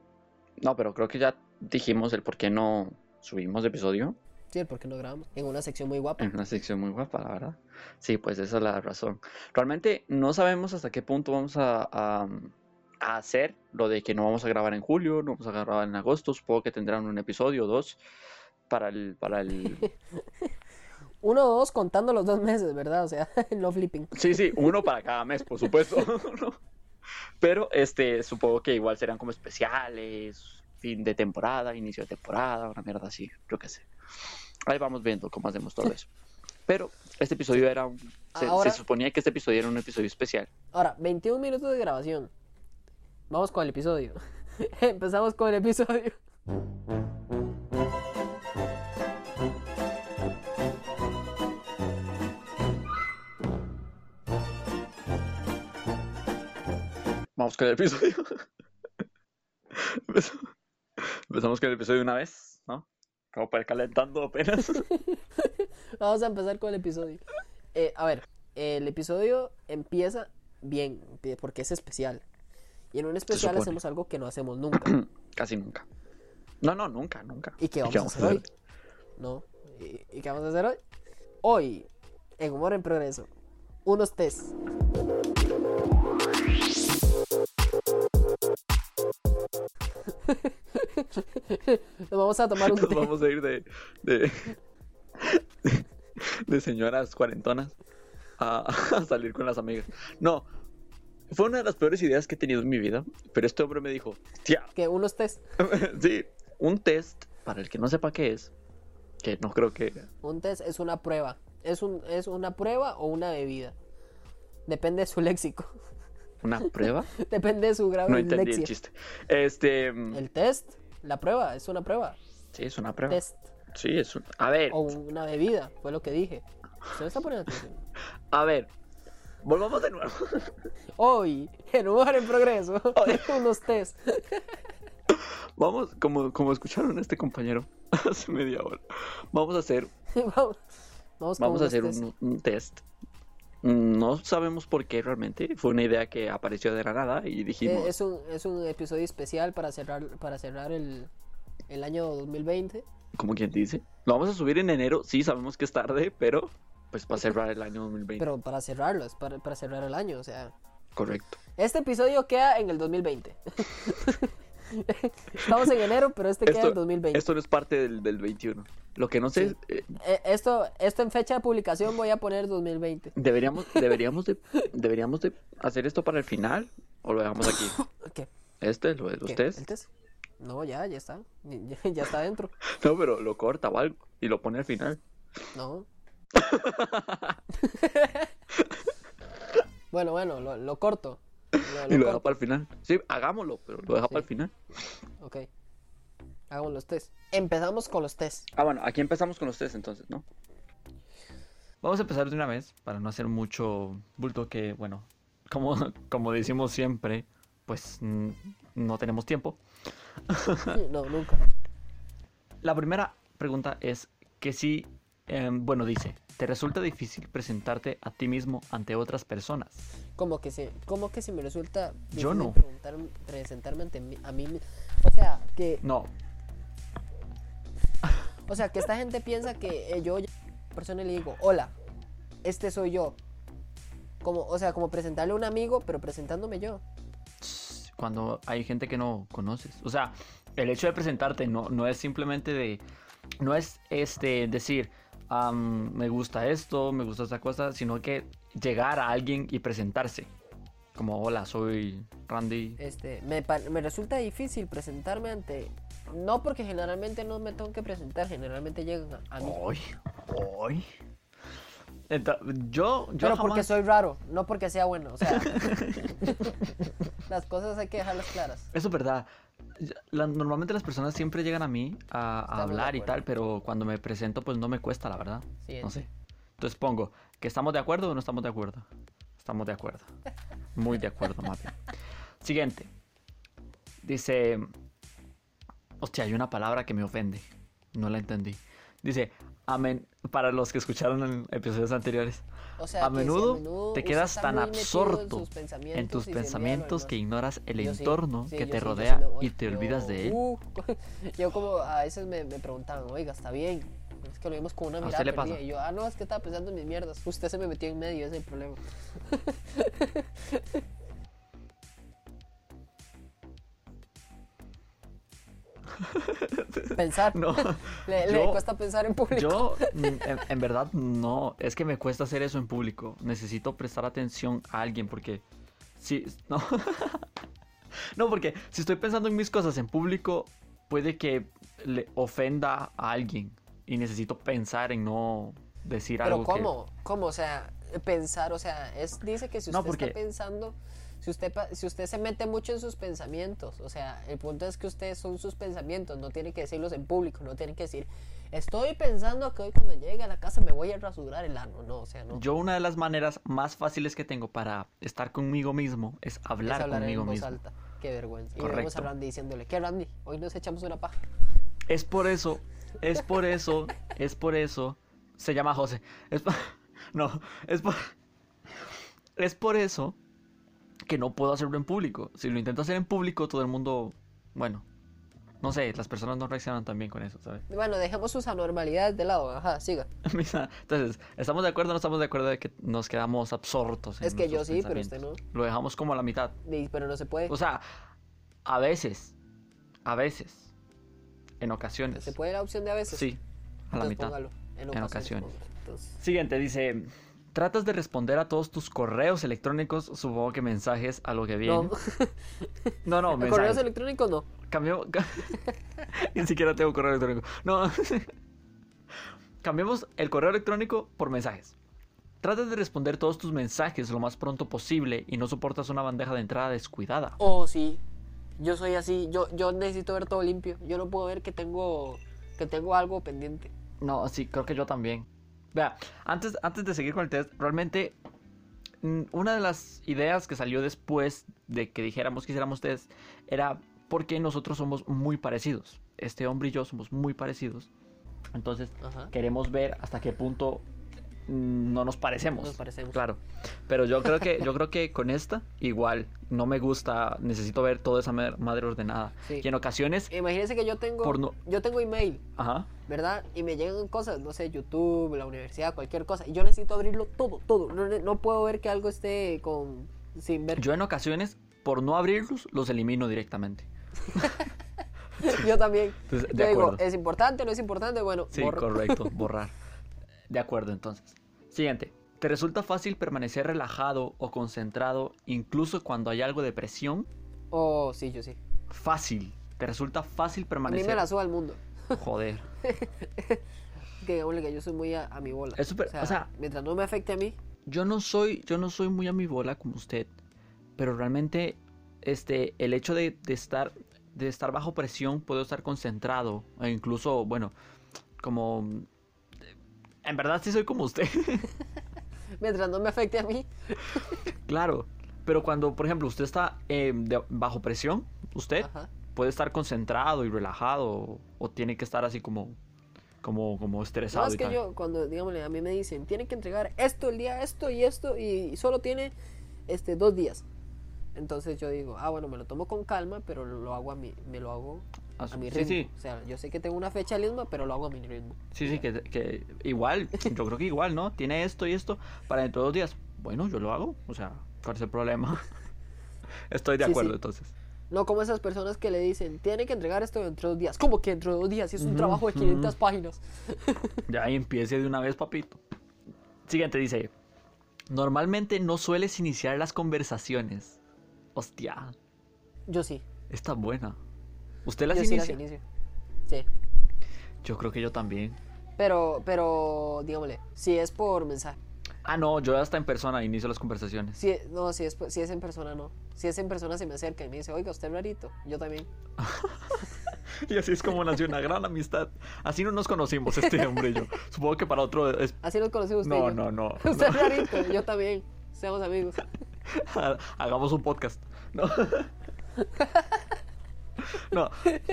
No, pero creo que ya dijimos el por qué no subimos episodio.
sí el por qué no grabamos en una sección muy guapa
En una sección muy guapa, la verdad. Sí, pues esa es la razón. Realmente no sabemos hasta qué punto vamos a, a- a hacer lo de que no vamos a grabar en julio, no vamos a grabar en agosto. Supongo que tendrán un episodio o dos para el. Para el...
uno o dos contando los dos meses verdad o sea [LAUGHS] no flipping
Sí, sí, uno para cada mes, por [LAUGHS] supuesto. Pero este, supongo que igual serán como especiales, fin de temporada, inicio de temporada, una mierda así, yo qué sé. Ahí vamos viendo cómo hacemos todo eso. Pero este episodio era un- se,
Ahora-
se suponía que este episodio era un episodio especial.
Ahora, 21 minutos de grabación. Vamos con el episodio. [LAUGHS] Empezamos con el episodio. [LAUGHS]
Vamos con el episodio. [LAUGHS] Empezamos- Empezamos con el episodio de una vez, ¿no? Como para ir calentando apenas.
Vamos a empezar con el episodio. Eh, a ver, el episodio empieza bien, empie- porque es especial. Y en un especial
supone.
hacemos algo que no hacemos nunca.
[LAUGHS] Casi nunca. No, no, nunca, nunca.
¿Y qué vamos, a hacer hoy? No. ¿Y, y qué vamos a hacer hoy? Hoy, en Humor en Progreso, unos test. [LAUGHS] Nos vamos a tomar un
[LAUGHS] Nos
té.
vamos a ir de, de, [LAUGHS] de señoras cuarentonas a, a salir con las amigas. No, fue una de las peores ideas que he tenido en mi vida, pero este hombre me dijo, tía, [LAUGHS]
¿Qué? Unos test.
sí, un test, para el que no sepa qué es, que no creo que...
Un test es una prueba. Es, un, es una prueba o una bebida. Depende de su léxico. [LAUGHS]
¿Una prueba?
Depende de su grado
No
de
entendí el
dislexia.
chiste. Este, mm,
El test, la prueba, es una prueba.
sí, es una prueba.
Test Oh.
Sí, es un... A ver,
o una bebida, fue lo que dije. ¿Usted me está poniendo atención?
a ver, volvamos de nuevo. [LAUGHS]
Hoy, en Humor en Progreso, [LAUGHS] unos test.
Vamos, como, como escucharon a este compañero [LAUGHS] hace media hora, vamos a hacer
Vamos, vamos, con
Vamos a
unos
hacer
test. Eh,
un, un test. No sabemos por qué realmente. Fue una idea que apareció de la nada y dijimos,
Eh, es, un, es un episodio especial para cerrar, para cerrar el, el año 2020.
como quien dice, lo vamos a subir en enero. Sí, sabemos que es tarde, pero pues para cerrar el año 2020.
Pero para cerrarlo, es para, para cerrar el año. O sea,
Correcto.
este episodio queda en el 2020. [LAUGHS] Estamos en enero, pero este queda en el 2020.
esto no es parte del, del 21. Lo que no sé,
Sí.
eh,
Eh, esto, esto en fecha de publicación voy a poner 2020.
deberíamos, deberíamos, de, deberíamos de hacer esto para el final o lo dejamos
[LAUGHS]
aquí.
¿Qué?
Este, lo de los
¿Qué?
test.
¿El test? No, ya, ya está. [LAUGHS] Ya, ya está dentro.
No, pero lo corta o algo y lo pone al final.
No.
[LAUGHS]
bueno, bueno, lo, lo corto. Lo,
Y
lo
lo deja
corto.
para el final. Sí, hagámoslo, pero lo deja
Sí.
para el final.
Ok. Hagamos los test. Empezamos con los
[LAUGHS]
test. [LAUGHS]
Ah, bueno, aquí empezamos con los tres entonces, ¿no? Vamos a empezar de una vez, para no hacer mucho bulto que, bueno, como, [LAUGHS] como decimos siempre, pues mm, no tenemos tiempo.
No, nunca.
La primera pregunta es que si, em, bueno, dice, ¿te resulta difícil presentarte a ti mismo ante otras personas?
Como que se, como que se me resulta difícil
Yo no.
preguntar- presentarme ante mí- a mí mi- O sea, que,
No,
o sea, que esta gente piensa que eh, yo llego a una persona y le digo, hola, este soy yo. Como, o sea, como presentarle a un amigo, pero presentándome yo.
cuando hay gente que no conoces. O sea, el hecho de presentarte no, no es simplemente de. No es este decir, am, me gusta esto, me gusta esta cosa, sino que llegar a alguien y presentarse. Como, hola, soy Randy.
Este, me, pa- me resulta difícil presentarme ante. No porque generalmente no me tengo que presentar, generalmente llegan a, a mí.
Hoy, hoy. Enta- Yo, yo
Pero porque
jamás-
soy raro, no porque sea bueno. O
[LAUGHS]
sea, las cosas hay que dejarlas claras.
Eso es verdad. La- normalmente las personas siempre llegan a mí a, a
de
hablar y
acuerdo.
tal, pero cuando me presento, pues no me cuesta, la verdad.
Siguiente.
No sé. Entonces pongo, ¿que estamos de acuerdo o no estamos de acuerdo? Estamos de acuerdo. Muy de acuerdo, más
[LAUGHS]
bien. Siguiente. Dice. Hostia, hay una palabra que me ofende. No la entendí. Dice, amen, para los que escucharon en episodios anteriores,
O sea,
a
que si
menudo te
usted
quedas
está
tan
muy metido en
absorto
tus pensamientos,
en tus
y se olvida de lo
pensamientos que
demás.
ignoras el
Yo sí,
entorno
sí, yo
que te
sí, yo sí
rodea
me- oye,
y te
yo-
olvidas de él.
uh, [LAUGHS] yo como a veces me, me preguntaban, oiga, está bien. Es que lo vimos con una
¿A
mirada
usted le
perdida".
pasa?
Y yo, ah, no, es que estaba pensando en mis mierdas. Usted se me metió en medio, ese es el problema.
[LAUGHS]
pensar.
No,
Le, le
yo-
cuesta pensar en público.
yo mm, en, en verdad no, es que me cuesta hacer eso en público. Necesito prestar atención a alguien porque si no [LAUGHS] No, porque si estoy pensando en mis cosas en público puede que le ofenda a alguien y necesito pensar en no decir
Pero
algo que-
¿cómo? ¿Cómo? O sea, pensar, o sea, es, dice que si
No,
usted
porque-
está pensando, si usted, pa- si usted se mete mucho en sus pensamientos, o sea, el punto es que ustedes son sus pensamientos, no tienen que decirlos en público, no tienen que decir, estoy pensando que hoy cuando llegue a la casa me voy a rasurar el ano, no, o sea, no.
Yo una de las maneras más fáciles que tengo para estar conmigo mismo es
Es
hablar,
hablar
conmigo
en voz
mismo.
alta, qué vergüenza. Y vemos
Correcto.
a Randy diciéndole, ¿qué Randy? Hoy nos echamos una paja.
Es por eso, es por eso, es por eso. Se llama José. Es po- [LAUGHS] no, es por, es por eso que no puedo hacerlo en público. Si lo intento hacer en público, todo el mundo, bueno, no sé, las personas no reaccionan tan bien con eso, ¿sabes? [LAUGHS]
Bueno, dejemos sus anormalidades de lado, ajá, siga.
Misa, Entonces, ¿estamos de acuerdo o no estamos de acuerdo de que nos quedamos absortos? en
Es que yo
nuestros
sí, pero usted
pensamientos? Pues, Lo dejamos como a la mitad.
Y- Pero no se puede.
O sea, a veces, a veces, en ocasiones.
¿Se puede la opción de a veces?
Sí, a la
Entonces
mitad.
póngalo, en
en
ocasiones.
ocasiones.
póngalo. Entonces,
Siguiente, dice, tratas de responder a todos tus correos electrónicos, supongo que mensajes a lo que viene.
no,
No, no,
correos
mensajes.
electrónicos no.
Cambiamos... [LAUGHS] Ni siquiera tengo correo electrónico. No. [LAUGHS] Cambiamos el correo electrónico por mensajes. Tratas de responder todos tus mensajes lo más pronto posible y no soportas una bandeja de entrada descuidada.
Oh, sí. Yo soy así. Yo, yo necesito ver todo limpio. Yo no puedo ver que tengo, que tengo algo pendiente.
No, sí, creo que yo también. Vea, antes, antes de seguir con el test, realmente mm, una de las ideas que salió después de que dijéramos que hiciéramos test era porque nosotros somos muy parecidos. Este hombre y yo somos muy parecidos. Entonces
Ajá.
queremos ver hasta qué punto mm, no nos parecemos.
Nos parecemos.
Claro. Pero yo creo que yo creo que con esta igual no me gusta, necesito ver toda esa ma- madre ordenada.
Sí.
Y en ocasiones,
Imagínense que yo tengo,
Por no-
yo tengo email,
ajá.
¿verdad? Y me llegan cosas, no sé, YouTube, la universidad, cualquier cosa. Y yo necesito abrirlo todo, todo. No, ne- no puedo ver que algo esté con sin ver. Yo,
Yo en ocasiones, por no abrirlos, los elimino directamente.
también.
[LAUGHS] Entonces,
[LAUGHS]
de
yo digo,
acuerdo.
¿es importante? ¿No es importante? Bueno,
Sí,
borro.
correcto,
[LAUGHS]
borrar. De acuerdo, entonces. Siguiente. ¿Te resulta fácil permanecer relajado o concentrado incluso cuando hay algo de presión?
Oh, sí, yo sí.
Fácil. ¿Te resulta fácil
A mí
permanecer?
me la suba al mundo.
[LAUGHS] Joder.
Que digámosle que yo soy muy a, a mi bola.
Es súper- o sea-
mientras no me afecte a mí,
Yo no soy, yo no soy muy a mi bola como usted, pero realmente este, el hecho de, de estar, de estar bajo presión, puedo estar concentrado e incluso, bueno, como... En verdad sí soy como usted.
mientras no me afecte a mí,
Claro, pero cuando, por ejemplo, usted está eh, de- bajo presión, usted
Ajá.
puede estar concentrado y relajado o, o tiene que estar así como, como, como
No,
estresado
es
y
que
tal.
yo, cuando, digámosle, a mí me dicen, tienen que entregar esto el día, esto y esto, y solo tiene este, dos días. Entonces yo digo, ah, bueno, me lo tomo con calma, pero lo hago a mi, me lo hago
A
a
su-
mi
sí,
ritmo.
sí.
O sea, yo sé que tengo una fecha misma, pero lo hago a mi ritmo.
Sí, sí, que, que igual, yo creo que igual, ¿no? Tiene esto y esto para dentro de dos días. Bueno, yo lo hago, o sea, ¿cuál es el problema? [LAUGHS] Estoy de
Sí,
acuerdo,
sí.
entonces.
No como esas personas que le dicen, tienen que entregar esto dentro de dos días. ¿Cómo que dentro de dos días? Si es un
Ujú,
trabajo de
ujú.
500 páginas.
Ya ahí empiece de una vez, papito. Siguiente dice, normalmente no sueles iniciar las conversaciones. Hostia,
Yo sí,
Está buena. ¿Usted las
yo sí
inicia?
las inicio. Sí.
Yo creo que yo también.
Pero, pero, digámosle, si es por mensaje.
Ah, no, yo hasta en persona inicio las conversaciones.
Si, e, no, si es, si es en persona, no. Si es en persona, se me acerca y me dice, oiga, usted es rarito. Yo también.
[LAUGHS] Y así es como nació una gran amistad. Así no nos conocimos este hombre y yo. [LAUGHS] Supongo que para otro es... [LAUGHS]
Así nos conocimos usted. y
No,
yo.
no, no.
[LAUGHS] Usted es rarito, yo también. Seamos amigos.
[LAUGHS] Ha- Hagamos un podcast. No. [LAUGHS] No,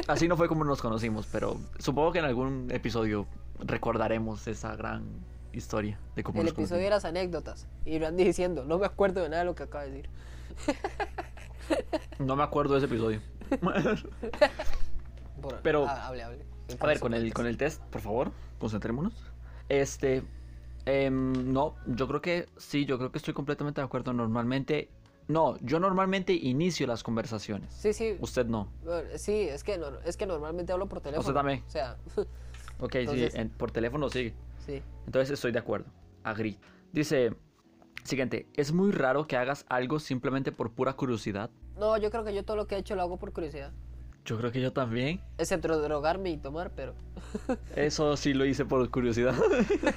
así no fue como nos conocimos, pero supongo que en algún episodio recordaremos esa gran historia de cómo
El
nos
episodio de
conocimos.
las anécdotas. Y Randy diciendo, no me acuerdo de nada de lo que acaba de decir.
No me acuerdo de ese episodio.
Por-
Pero-
ah, hable, hable.
A ver, con el, con el test, por favor, concentrémonos. Este, em, no, yo creo que sí, yo creo que estoy completamente de acuerdo. Normalmente, no, yo normalmente inicio las conversaciones.
Sí, sí.
Usted no.
bueno, Sí, es que, no, es que normalmente hablo por teléfono.
Usted también.
O sea, [LAUGHS]
Ok,
Entonces-
sí, en- por teléfono sigue.
sí.
Entonces estoy de acuerdo. Agri. Dice, siguiente, es muy raro que hagas algo simplemente por pura curiosidad.
No, yo creo que yo todo lo que he hecho lo hago por curiosidad.
Yo creo que yo también.
Excepto drogarme y tomar, pero...
Eso sí lo hice por curiosidad. [LAUGHS]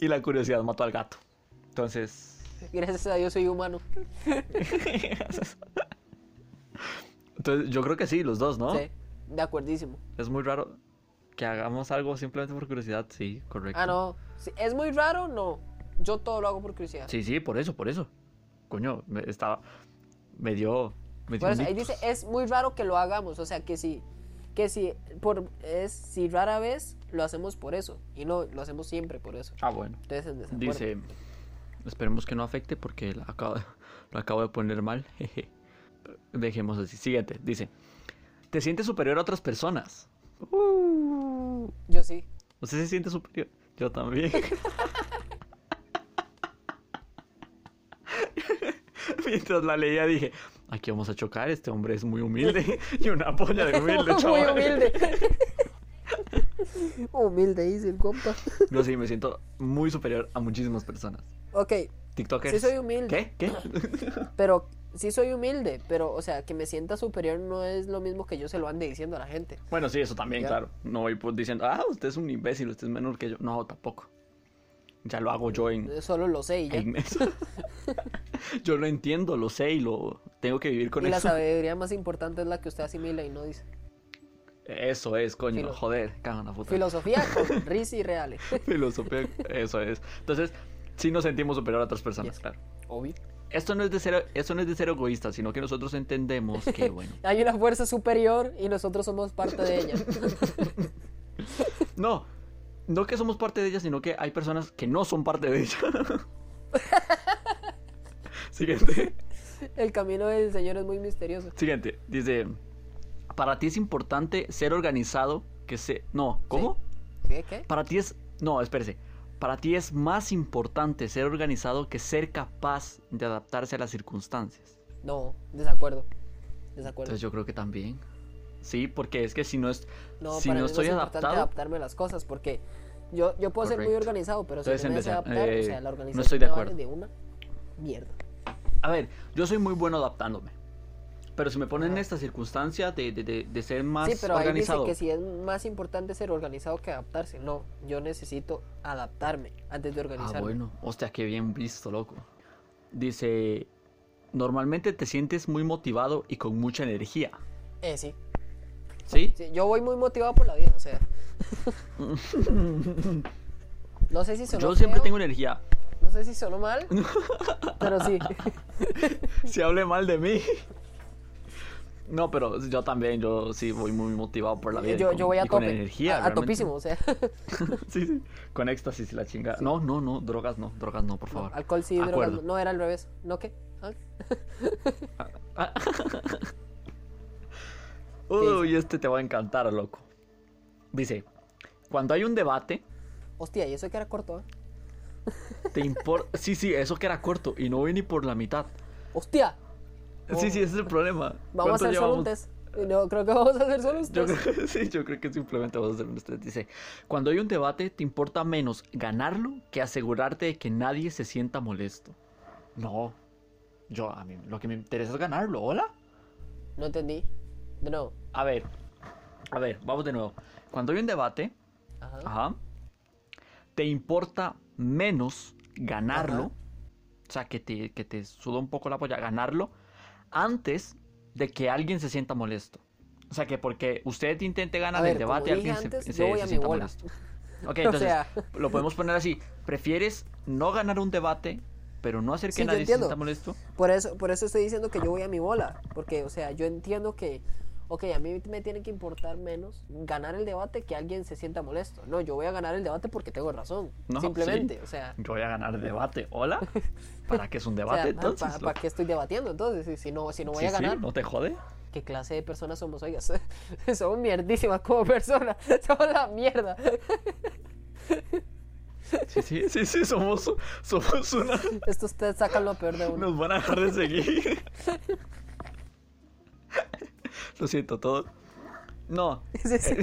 Y la curiosidad mató al gato. Entonces.
[LAUGHS] Gracias a Dios soy humano.
Entonces, yo creo que sí, los dos, ¿no?
Sí, de acuerdísimo. Ah,
Es muy raro que hagamos algo simplemente por curiosidad. Sí, correcto.
Ah, no. Sí, ¿Es muy raro? No. Yo todo lo hago por curiosidad.
Sí, sí, por eso, por eso. Coño, me, estaba. Me dio. Me
Por
dio un
eso, ahí
ictus.
dice, es muy raro que lo hagamos, o sea, que si, que si, por, es, si rara vez lo hacemos por eso, y no, lo hacemos siempre por eso.
Ah, bueno.
Entonces, en desacuerdo.
Dice. Esperemos que no afecte porque la acabo, lo acabo de [LAUGHS] poner mal. [LAUGHS] jeje. Dejemos así. Siguiente. Dice. Te sientes superior a otras personas. Uh.
Yo sí,
¿Usted se siente superior? Yo también. [LAUGHS] Mientras la leía dije, aquí vamos a chocar, este hombre es muy humilde. [LAUGHS] y una polla de humilde,
[LAUGHS] muy
chaval. [LAUGHS]
humilde. humilde, dice el compa.
No, sí, me siento muy superior a muchísimas personas.
Ok,
TikTokers.
sí soy humilde,
¿Qué?
[LAUGHS]
¿Qué?
pero, sí soy humilde, pero, o sea, que me sienta superior no es lo mismo que yo se lo ande diciendo a la gente.
bueno, sí, eso también,
Ya.
claro. No voy por- diciendo, ah, usted es un imbécil, usted es menor que yo. No, tampoco. Ya lo hago yo en...
Solo lo sé y ya.
en eso. [LAUGHS] yo lo entiendo, lo sé y lo tengo que vivir con
Y la
eso.
sabiduría más importante es la que usted asimila y no dice.
Eso es, coño,
Filo-
joder, cagan la puta.
Filosofía con risa y reales.
[LAUGHS] Filosofía, eso es. Entonces, sí nos sentimos superior a otras personas,
Yes.
claro.
Obvio.
Esto no es de ser, esto no es de ser egoísta, sino que nosotros entendemos
[LAUGHS]
que, bueno.
Hay una fuerza superior y nosotros somos parte de ella. [LAUGHS]
No, no que somos parte de ella, sino que hay personas que no son parte de ella. [LAUGHS] siguiente,
El camino del Señor es muy misterioso.
siguiente. Dice, para ti es importante ser organizado que se... No, ¿cómo?
¿Qué? ¿Qué?
Para ti es... No, espérese. Para ti es más importante ser organizado que ser capaz de adaptarse a las circunstancias.
No, desacuerdo. Desacuerdo.
Entonces yo creo que también. Sí, porque es que si no es...
No,
si
para
no
mí
estoy
es importante
adaptado...
adaptarme a las cosas porque yo, yo puedo ser muy
Correcto.
organizado, pero si
Entonces,
no me
en
sé
desa-
adaptar, o
eh,
sea, la
no
organización
estoy de
me vale
acuerdo.
de una mierda.
A ver, yo soy muy bueno adaptándome. Pero si me ponen en
Ajá.
esta circunstancia de, de- de- de ser más
Sí, pero ahí dice
organizado...
que si es más importante ser organizado que adaptarse. No, yo necesito adaptarme antes de organizarme.
ah, bueno. Hostia, qué bien visto, loco. Dice... Normalmente te sientes muy motivado y con mucha energía.
Eh, sí.
¿Sí?
Sí, Yo voy muy motivado por la vida, o
[LAUGHS]
sea. no sé si sonó
Yo siempre
feo,
tengo energía.
No sé si sonó mal, pero sí.
Si hable mal de mí. [LAUGHS] No, pero yo también, yo sí voy muy motivado por la vida. y
Yo,
con-
yo voy a
y con
tope.
energía.
a, a
realmente.
topísimo, o sea.
[LAUGHS] sí, sí. Con éxtasis y la chinga. No, no, no, drogas no, drogas no, por favor.
[LAUGHS] Alcohol sí, drogas
Acuerdo.
no. No, era al revés. ¿No qué? ¿Ah?
Uy, este te va a encantar, loco. Dice, cuando hay un debate,
Hostia, y eso que era corto, ¿eh?
te importa... [LAUGHS] sí, sí, eso que era corto y no voy ni por la mitad.
¡Hostia!
Sí, sí, ese es el problema.
Oh. Vamos a
¿Cuánto
hacer solo un
llevamos?
test. No, creo que vamos a hacer solo un test.
Yo creo, [LAUGHS] sí, yo creo que simplemente vamos a hacer un estrés. Dice, cuando hay un debate, te importa menos ganarlo que asegurarte de que nadie se sienta molesto. No, yo a mí lo que me interesa es ganarlo, ¿hola?
No entendí. De nuevo.
A ver, a ver, vamos de nuevo. Cuando hay un debate,
Ajá.
ajá, te importa menos ganarlo,
Ajá.
o sea, que te, que te suda un poco la polla, ganarlo antes de que alguien se sienta molesto. O sea, que porque usted intente ganar
A ver,
el debate,
como dije
alguien se-
antes,
se,
yo voy
se
a mi
sienta
bola. [LAUGHS]
molesto. Ok, entonces
sea-
lo podemos poner así. ¿Prefieres no ganar un debate, pero no hacer que
Sí, yo
nadie se
entiendo.
sienta molesto?
Por eso, por eso estoy diciendo que yo voy a mi bola. Porque, o sea, yo entiendo que, ok, a mí me tiene que importar menos ganar el debate que alguien se sienta molesto. No, yo voy a ganar el debate porque tengo razón.
No,
simplemente,
sí.
o sea.
Yo voy a ganar debate, hola.
[LAUGHS]
¿Para qué es un debate entonces?
¿Para
loco?
qué estoy debatiendo entonces? Si- Si no, si no voy
Sí,
a
sí,
ganar,
¿No te jode?
¿qué clase de personas somos? Oiga, [LAUGHS] somos mierdísimas como personas. [LAUGHS] Somos la mierda.
Sí, sí, sí, sí, somos, somos una...
Estos ustedes sacan lo
[LAUGHS]
peor de uno. [LAUGHS]
Nos van a dejar de seguir. Lo siento, todo... No,
Sí, sí.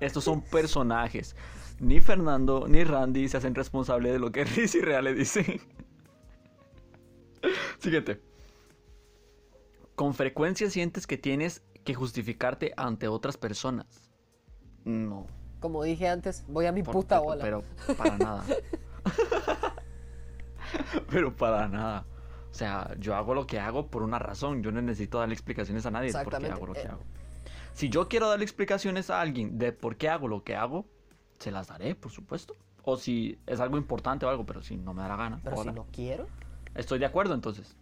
estos son personajes. Ni Fernando ni Randy se hacen responsable de lo que [LAUGHS] Riz y Real le dicen. Siguiente. Con frecuencia sientes que tienes que justificarte ante otras personas. No.
Como dije antes, voy a mi
Por-
puta
pero-
bola.
Pero
[LAUGHS]
para nada. pero para nada. O sea, yo hago lo que hago por una razón. Yo no necesito darle explicaciones a nadie de por qué
Exactamente,
hago lo que
eh.
hago. Si yo quiero darle explicaciones a alguien de por qué hago lo que hago, se las daré, por supuesto. O si es algo importante o algo, pero si no me da la gana.
Pero
hola.
si no quiero,
Estoy de acuerdo entonces.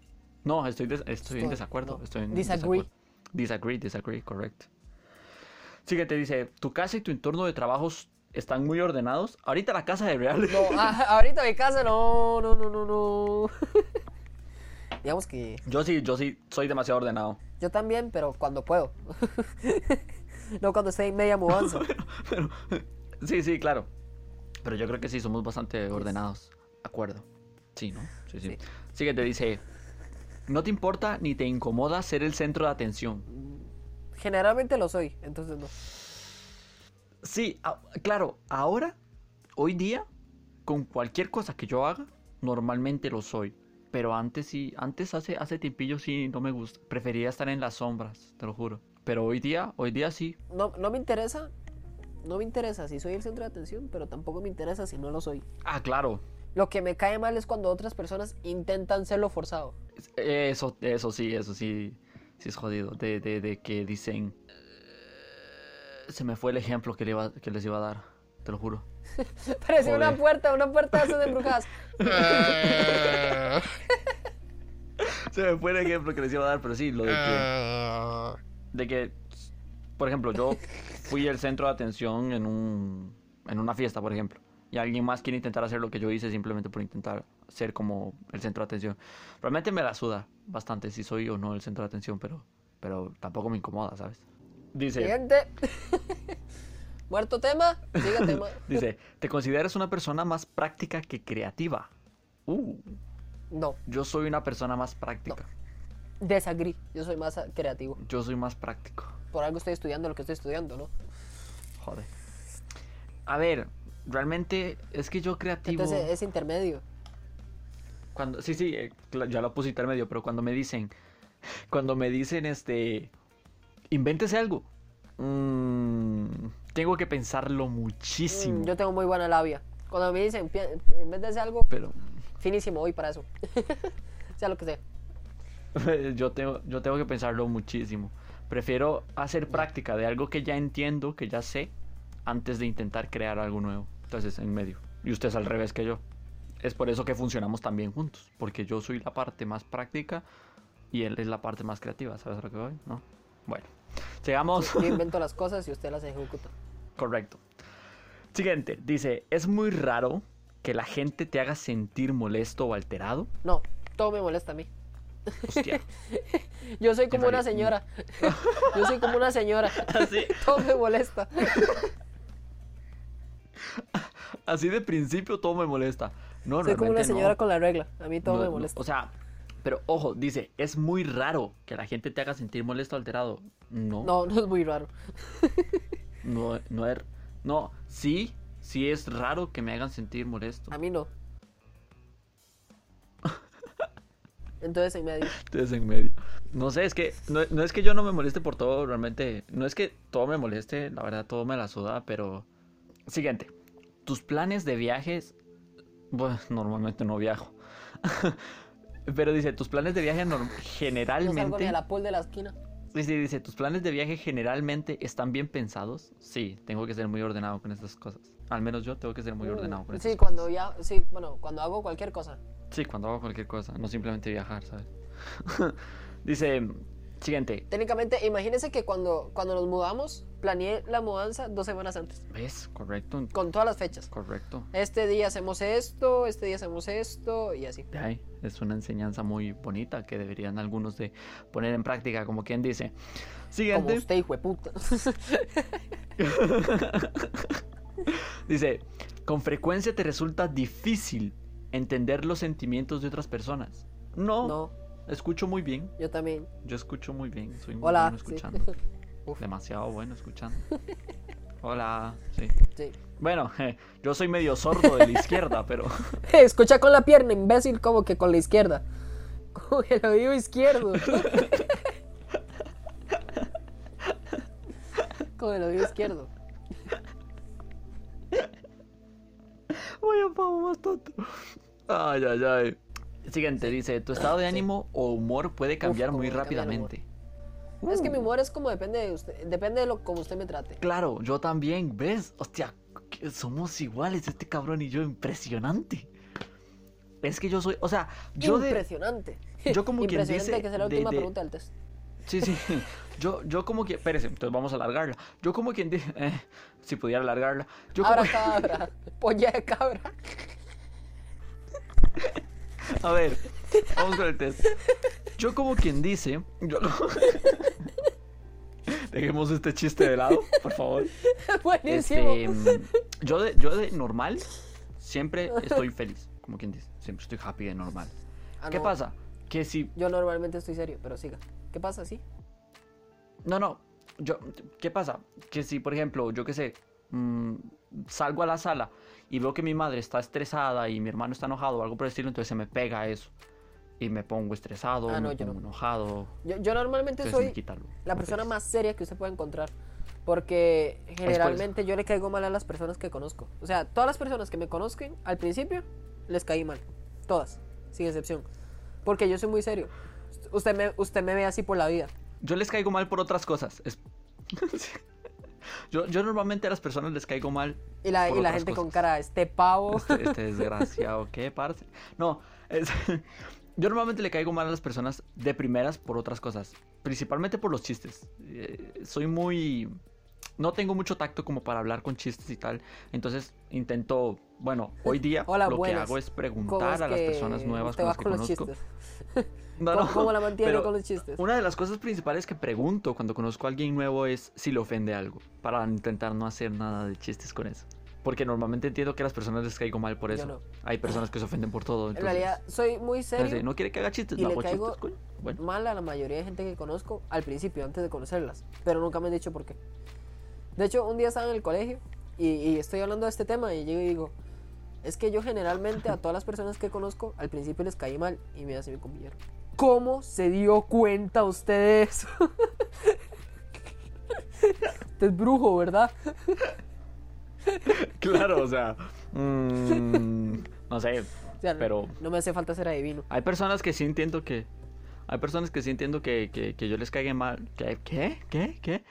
No, estoy, des- estoy,
Estoy-
en desacuerdo.
no.
Estoy en
Disagree.
desacuerdo. Disagree, disagree, correcto. Siguiente dice, tu casa y tu entorno de trabajos están muy ordenados. Ahorita la casa de Real.
No, ah, [LAUGHS] ahorita mi casa no, no, no, no, no. [LAUGHS] Digamos que
Yo sí, yo sí soy demasiado ordenado.
yo también, pero cuando puedo. [LAUGHS] no cuando esté en media mudanza.
Sí, sí, claro. Pero yo creo que sí, somos
Pues
bastante ordenados. Acuerdo. Sí, ¿no? Sí, sí. Siguiente dice, no te importa ni te incomoda ser el centro de atención.
Generalmente lo soy, entonces no.
Sí, a- claro, ahora, hoy día, con cualquier cosa que yo haga, normalmente lo soy. Pero antes sí, antes hace, hace tiempillo sí, no me gusta. Prefería estar en las sombras, te lo juro. Pero hoy día, hoy día sí.
No, no me interesa, no me interesa si soy el centro de atención, pero tampoco me interesa si no lo soy.
Ah, claro.
Lo que me cae mal es cuando otras personas intentan serlo forzado. [LAUGHS]
Es- Eso, eso sí, eso sí, sí es jodido. De, de, de que dicen... "Eh", Se me fue el ejemplo que, le iba- que les iba a dar, te lo juro.
Parece una
Joder.
puerta, una puerta de esas de embrujadas.
Se me fue el ejemplo que les iba a dar, pero sí, [LAUGHS] lo de que. De que, por ejemplo, yo fui el centro de atención en, un, en una fiesta, por ejemplo. Y alguien más quiere intentar hacer lo que yo hice simplemente por intentar ser como el centro de atención. Realmente me la suda bastante si soy o no el centro de atención, pero, pero tampoco me incomoda, ¿sabes? Dice,
Siguiente. [LAUGHS] Muerto tema, sigue tema.
dice, ¿te consideras una persona más práctica que creativa? Uh,
No,
yo soy una persona más práctica.
desagrí. Yo soy más ah, creativo.
Yo soy más práctico.
Por algo estoy estudiando lo que estoy estudiando, ¿no?
Joder. A ver, realmente es que yo creativo.
Entonces es intermedio.
Cuando, sí, sí, eh, cla- ya lo puse intermedio, pero cuando me dicen. [LAUGHS] Cuando me dicen, este. Invéntese algo. mm, tengo que pensarlo muchísimo.
Mm, Yo tengo muy buena labia. Cuando me dicen, "Pi- en vez de hacer algo,
Pero
finísimo hoy para eso. [LAUGHS] sea lo que sea.
[LAUGHS] yo tengo, yo tengo que pensarlo muchísimo. Prefiero hacer práctica de algo que ya entiendo, que ya sé, antes de intentar crear algo nuevo. Entonces, en medio. Y usted es al revés que yo. Es por eso que funcionamos también juntos. Porque yo soy la parte más práctica y él es la parte más creativa. ¿Sabes a lo que voy? ¿No? Bueno. Sigamos.
Yo invento las cosas y usted las ejecuta.
[LAUGHS] Correcto. Siguiente. Dice, es muy raro que la gente te haga sentir molesto o alterado.
No, todo me molesta a mí. [LAUGHS]
Hostia.
Yo soy como
En
una
realidad- [LAUGHS]
señora. Yo soy como una señora.
Así,
[LAUGHS] Todo me molesta.
Así de principio todo me molesta. No,
Soy como una
realmente no.
señora con la regla. A mí todo
No,
me
no,
molesta.
o sea, pero ojo, dice, es muy raro que la gente te haga sentir molesto o alterado. No,
No,
no,
no es muy raro.
no, es. No, sí, sí es raro que me hagan sentir molesto.
A mí
[LAUGHS]
no. Entonces en medio.
Entonces en medio. No sé, es que no, no es que yo no me moleste por todo, realmente. No es que todo me moleste, la verdad todo me la suda, pero. Siguiente. Tus planes de viajes. Bueno, [LAUGHS] normalmente no viajo. [LAUGHS] pero dice, tus planes de viaje norm-
No
generalmente.
salgo ni a la pool de la esquina.
Sí, sí, dice, ¿tus planes de viaje generalmente están bien pensados? Sí, tengo que ser muy ordenado con estas cosas. Al menos yo tengo que ser muy
Mm,
ordenado con
Sí,
estas
cuando ya. Sí, bueno, cuando hago cualquier cosa.
cosas. Sí, cuando hago cualquier cosa, no simplemente viajar, ¿sabes? [LAUGHS] dice, siguiente,
Técnicamente, imagínense que cuando, cuando nos mudamos, planeé la mudanza dos semanas antes.
¿ves? Correcto,
Con todas las fechas.
correcto.
Este día hacemos esto, este día hacemos esto y así.
De ahí, es una enseñanza muy bonita que deberían algunos de poner en práctica, como quien dice.
Como
Siguiente,
usted, hijo de puta. [LAUGHS]
dice, con frecuencia te resulta difícil entender los sentimientos de otras personas. No,
No,
escucho muy bien.
yo también.
Yo escucho muy bien, soy muy
Hola.
bueno
sí.
escuchando. Demasiado bueno escuchando. Hola, sí.
[LAUGHS] Sí. [LAUGHS]
Bueno, [LAUGHS] yo soy medio sordo de la izquierda, [LAUGHS] pero.
Escucha con la pierna, imbécil, como que con la izquierda. [LAUGHS] Con el oído izquierdo. [LAUGHS] con el oído izquierdo.
pavo más tonto. Ay, ay, ay. Siguiente, dice, tu estado de ánimo o humor puede cambiar
cómo
muy
me cambia el humor.
rápidamente.
Es que mi humor es como depende de usted, depende de lo como usted me trate.
Claro, yo también, ¿ves? Hostia, que somos iguales este cabrón y yo, impresionante. Es que yo soy, o sea, yo de...
Impresionante.
yo como quien
Impresionante
dice
que es la
de-
última
de-
pregunta del test.
Sí, [LAUGHS] sí. Yo, yo como que... Espérese, entonces vamos a alargarla. Yo como quien dice... [LAUGHS] eh, si pudiera alargarla. Yo como...
Abra
[LAUGHS]
cabra, polla de cabra. [LAUGHS]
A ver, vamos con el test. Yo como quien dice... yo- [LAUGHS] Dejemos este chiste de lado, por favor.
Buenísimo.
Este, mm, yo, de, yo de normal siempre estoy feliz, como quien dice. Siempre estoy happy de normal.
Ah,
¿Qué
no,
pasa? Que si...
Yo normalmente estoy serio, pero siga. ¿Qué pasa? ¿Sí?
No, no. Yo, ¿Qué pasa? Que si, por ejemplo, yo qué sé, mm, salgo a la sala y veo que mi madre está estresada y mi hermano está enojado o algo por el estilo, entonces se me pega eso. Y me pongo estresado,
Ah, no,
me
yo no.
pongo enojado.
Yo, yo normalmente
Entonces me
soy
quita lo-
la
lo
persona
feliz.
más seria que usted pueda encontrar. Porque generalmente yo le caigo mal a las personas que conozco. O sea, todas las personas que me conozcan al principio les caí mal. Todas, sin excepción. Porque yo soy muy serio. Usted me, usted me ve así por la vida.
Yo les caigo mal por otras cosas. es- [LAUGHS] yo, yo normalmente a las personas les caigo mal.
Y la,
por
y la
otras
gente con
cosas.
cara, este pavo. [LAUGHS]
Este, este desgraciado, ¿qué, parce? No, es- [LAUGHS] yo normalmente le caigo mal a las personas de primeras por otras cosas, principalmente por los chistes. Eh, soy muy... No tengo mucho tacto como para hablar con chistes y tal, entonces intento... Bueno, hoy día
[LAUGHS] Hola,
lo que
buenas.
hago es
¿Cómo
preguntar
es
a las
que
personas nuevas
usted
con
va
las que
con los
conozco.
chistes?
No,
¿Cómo,
[LAUGHS] no,
cómo la mantiene
pero-
con los chistes?
una de las cosas principales que pregunto cuando conozco a alguien nuevo es si le ofende algo, para intentar no hacer nada de chistes con eso. Porque normalmente entiendo que a las personas les caigo mal por
Yo
eso.
no.
Hay personas que se ofenden por todo.
En
Entonces,
realidad, soy muy serio.
entonces, no quiere que haga chistes,
y
no
le
hago
caigo-
chistes, coño. Bueno,
mala a la mayoría de gente que conozco al principio, antes de conocerlas, pero nunca me han dicho por qué. De hecho, un día estaba en el colegio y, y estoy hablando de este tema y llego y digo, es que yo generalmente a todas las personas que conozco al principio les caí mal y me hace mi compañero. ¿Cómo se dio cuenta usted de eso? [LAUGHS] Usted es brujo, ¿verdad?
[LAUGHS] claro,
[LAUGHS]
o sea, mm, no sé,
O sea, no-
pero
no me hace falta ser adivino.
hay personas que sí entiendo que, hay personas que sí entiendo que, que, que yo les caiga mal, ¿qué? ¿Qué? ¿Qué? ¿Qué?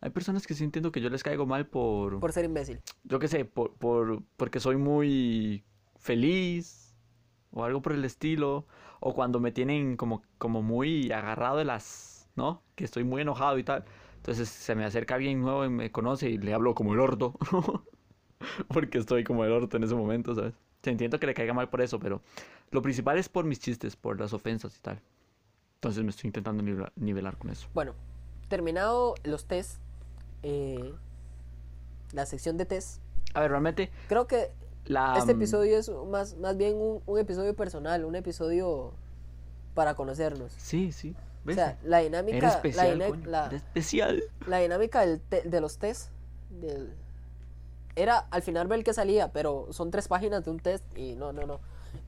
Hay personas que sí entiendo que yo les caigo mal por,
Por ser imbécil.
yo qué sé, por, por, porque soy muy feliz o algo por el estilo, o cuando me tienen como, como muy agarrado de las, ¿no? Que estoy muy enojado y tal. Entonces se me acerca alguien nuevo y me conoce y le hablo como el orto, [LAUGHS] porque estoy como el orto en ese momento, ¿sabes? Te entiendo que le caiga mal por eso, pero lo principal es por mis chistes, por las ofensas y tal. Entonces me estoy intentando nivela- nivelar con eso.
Bueno, terminado los test, eh, la sección de test,
A ver, realmente
creo que
la...
Este
mm,
episodio es más, más bien un, un episodio personal, un episodio para conocernos.
Sí, sí.
O
¿Ves?
sea, la
Era
dinámica, la,
especial,
dina-
coño,
la- [LAUGHS]
era especial.
la dinámica del te- de los test del- era al final ver el que salía, pero son tres páginas de un test y no, no, no.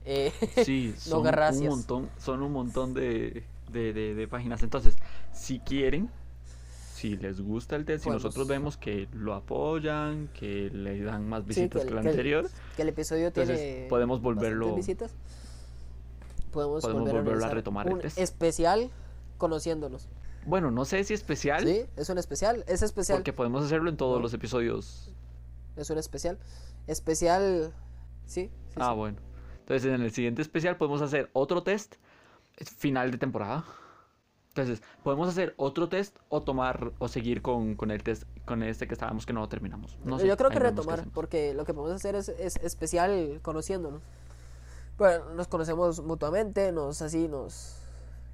Eh, [LAUGHS]
Sí,
No,
son un
gracias.
montón, son un montón de, de- de- de páginas. Entonces, si quieren, si les gusta el test, si
Podemos-
nosotros vemos que lo apoyan, que le dan más
sí,
visitas que,
el- que
el
el-
anterior,
que el episodio
entonces
tiene
podemos
bastantes
volverlo.
visitas. Podemos,
podemos
volver a
volverlo a
realizar
retomar el
un
test.
especial conociéndonos.
Bueno, no sé si especial,
Sí, es un especial, es especial.
porque podemos hacerlo en todos
No.
los episodios.
Es un especial. Especial. Sí. sí,
ah,
sí.
bueno. Entonces, en el siguiente especial podemos hacer otro test es final de temporada. Entonces, podemos hacer otro test o tomar o seguir con, con el test, con este que estábamos que no terminamos. No sé,
Yo creo que
ahí vemos qué
retomar,
hacemos.
porque lo que podemos hacer es, es especial conociéndonos. Bueno, nos conocemos mutuamente, nos así, nos...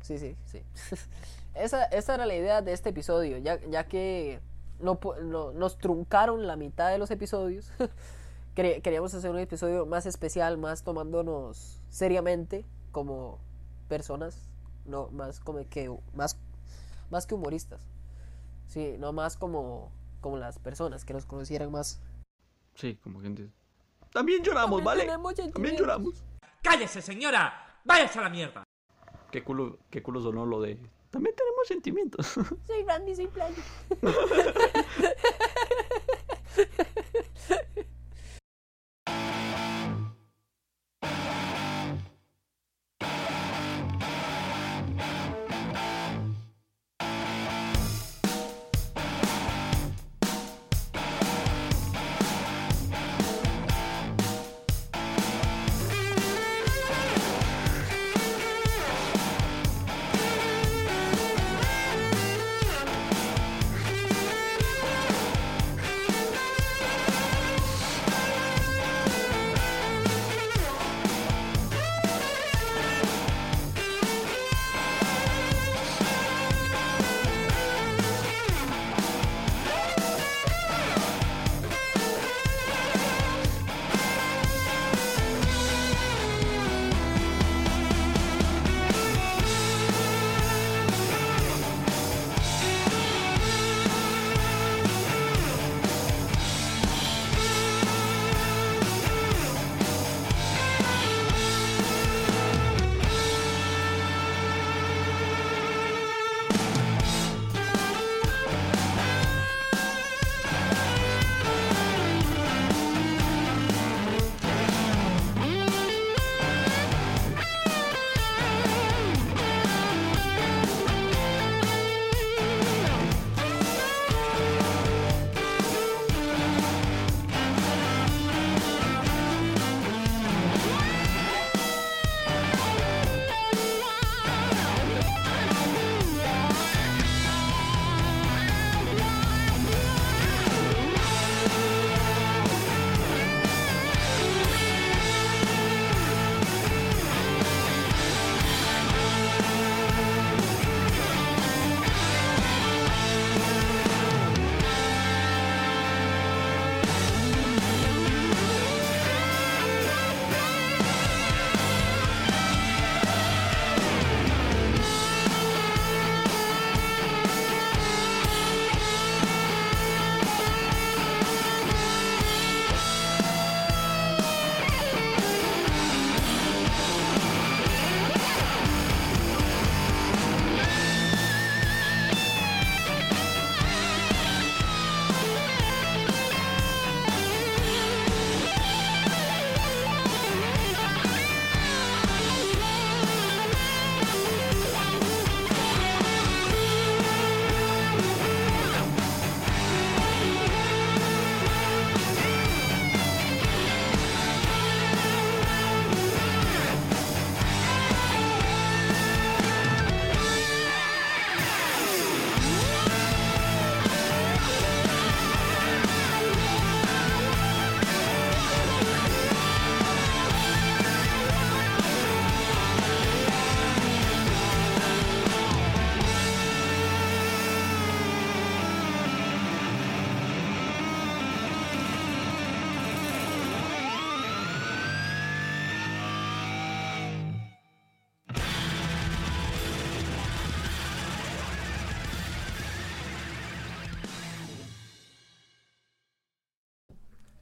Sí, sí, sí. [LAUGHS] esa, esa era la idea de este episodio, ya, ya que no, pu- no- nos truncaron la mitad de los episodios. [LAUGHS] Quere- Queríamos hacer un episodio más especial, más tomándonos seriamente como personas, no más como que más, más que humoristas. Sí, no más como, como las personas que nos conocieran más.
Sí, como gente. También lloramos, ¿vale?
tenemos
También
sentimientos.
lloramos.
¡Cállese, señora! ¡Váyase a la mierda!
Qué culo, qué culo sonó lo de. También tenemos sentimientos. [LAUGHS]
Soy Randy, soy playa.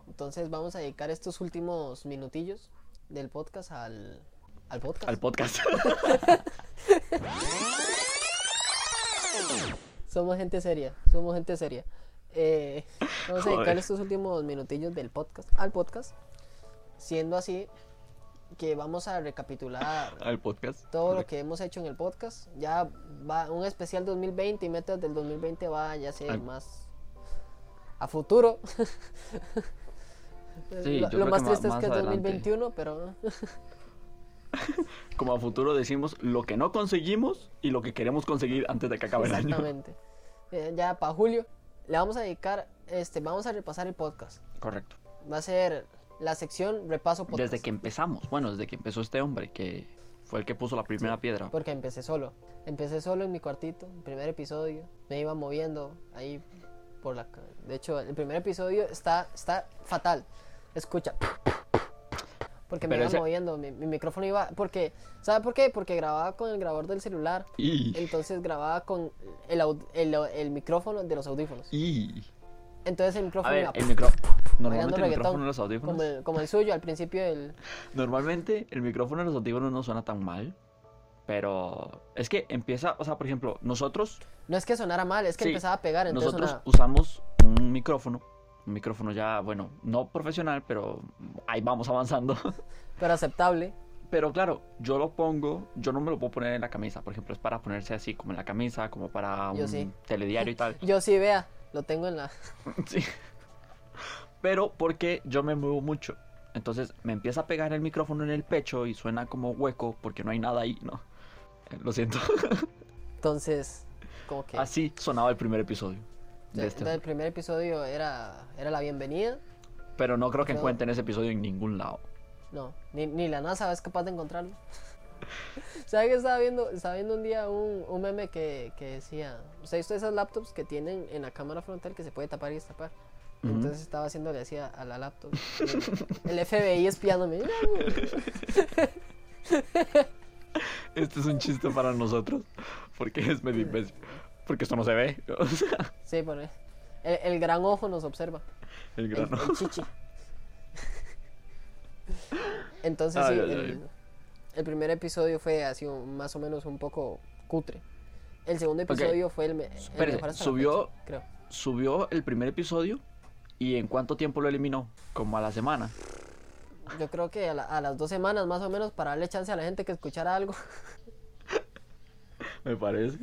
Entonces vamos a dedicar estos últimos minutillos del podcast al, al podcast. [LAUGHS]
Al podcast.
Somos gente seria, somos gente seria. Eh, vamos a dedicar
Joder.
estos últimos minutillos del podcast al podcast, siendo así que vamos a recapitular
Al podcast.
todo lo que hemos hecho en el podcast. Ya va un especial 2020 y metas del 2020 va ya sé
Al-
más a futuro. [LAUGHS] lo
Sí, yo
lo
creo que
más
ma-
triste
más
es que es
adelante.
2021, pero
[LAUGHS] Como a futuro decimos lo que no conseguimos y lo que queremos conseguir antes de que acabe el año.
exactamente. Eh, ya para julio le vamos a dedicar este vamos a repasar el podcast.
Correcto.
Va a ser la sección repaso podcast.
Desde que empezamos, bueno, desde que empezó este hombre, que fue el que puso la primera piedra.
Porque empecé solo. Empecé solo en mi cuartito, primer episodio. Me iba moviendo ahí por la... ca- De hecho, el primer episodio está, está fatal. Escucha. Porque me
Pero
iba
ese-
moviendo, mi, mi micrófono iba... Porque, ¿Sabe por qué? Porque grababa con el grabador del celular.
Y,
Entonces grababa con el, au- el, el micrófono de los audífonos.
y...
Entonces el micrófono
A ver,
iba
el micrófono.
bailando
Normalmente el
reggaetón,
micrófono de los
como,
audífonos.
el, como el suyo al principio del...
Normalmente el micrófono de los audífonos no suena tan mal. Pero es que empieza, o sea, por ejemplo, nosotros,
No es que sonara mal, es que
Sí,
empezaba a pegar, entonces
nosotros
sonaba-
usamos un micrófono, un micrófono ya, bueno, no profesional, pero ahí vamos avanzando. [LAUGHS]
Pero aceptable.
Pero claro, yo lo pongo, yo no me lo puedo poner en la camisa, por ejemplo, es para ponerse así como en la camisa, como para
Yo
un
sí.
telediario y tal.
Yo sí, vea, lo tengo en la... [LAUGHS]
[LAUGHS] Sí. Pero porque yo me muevo mucho. Entonces me empieza a pegar el micrófono en el pecho y suena como hueco porque no hay nada ahí, ¿no? Eh, Lo siento.
Entonces, como que...
[LAUGHS] Así sonaba el primer episodio. de este.
Entonces, el primer episodio era, era la bienvenida.
Pero no creo que
Yo-
encuentren ese episodio en ningún lado.
No, ni, ni la NASA es capaz de encontrarlo. [LAUGHS] ¿Sabes que estaba viendo, estaba viendo un día un, un meme que, que decía... ¿Ustedes de esas laptops que tienen en la cámara frontal que se puede tapar y destapar?
Ujú.
Entonces estaba haciéndole así a, a la laptop. El FBI espiándome. [LAUGHS]
Este es un chiste para nosotros [LAUGHS] porque es medio imbécil. Porque esto no se ve. [LAUGHS] O sea,
Sí, por ahí. El, el gran ojo nos observa.
el
El,
grano.
el chichi. Entonces,
Ay,
sí,
ay,
el,
ay.
el primer episodio fue así, un- más o menos un poco cutre. El segundo episodio fue el, me- el
Espérese,
mejor hasta la
subió-
fecha, creo.
Subió el primer episodio y en cuánto tiempo lo eliminó? Como a la semana.
Yo creo que a, la- a las dos semanas más o menos para darle chance a la gente que escuchara algo. [LAUGHS]
Me parece.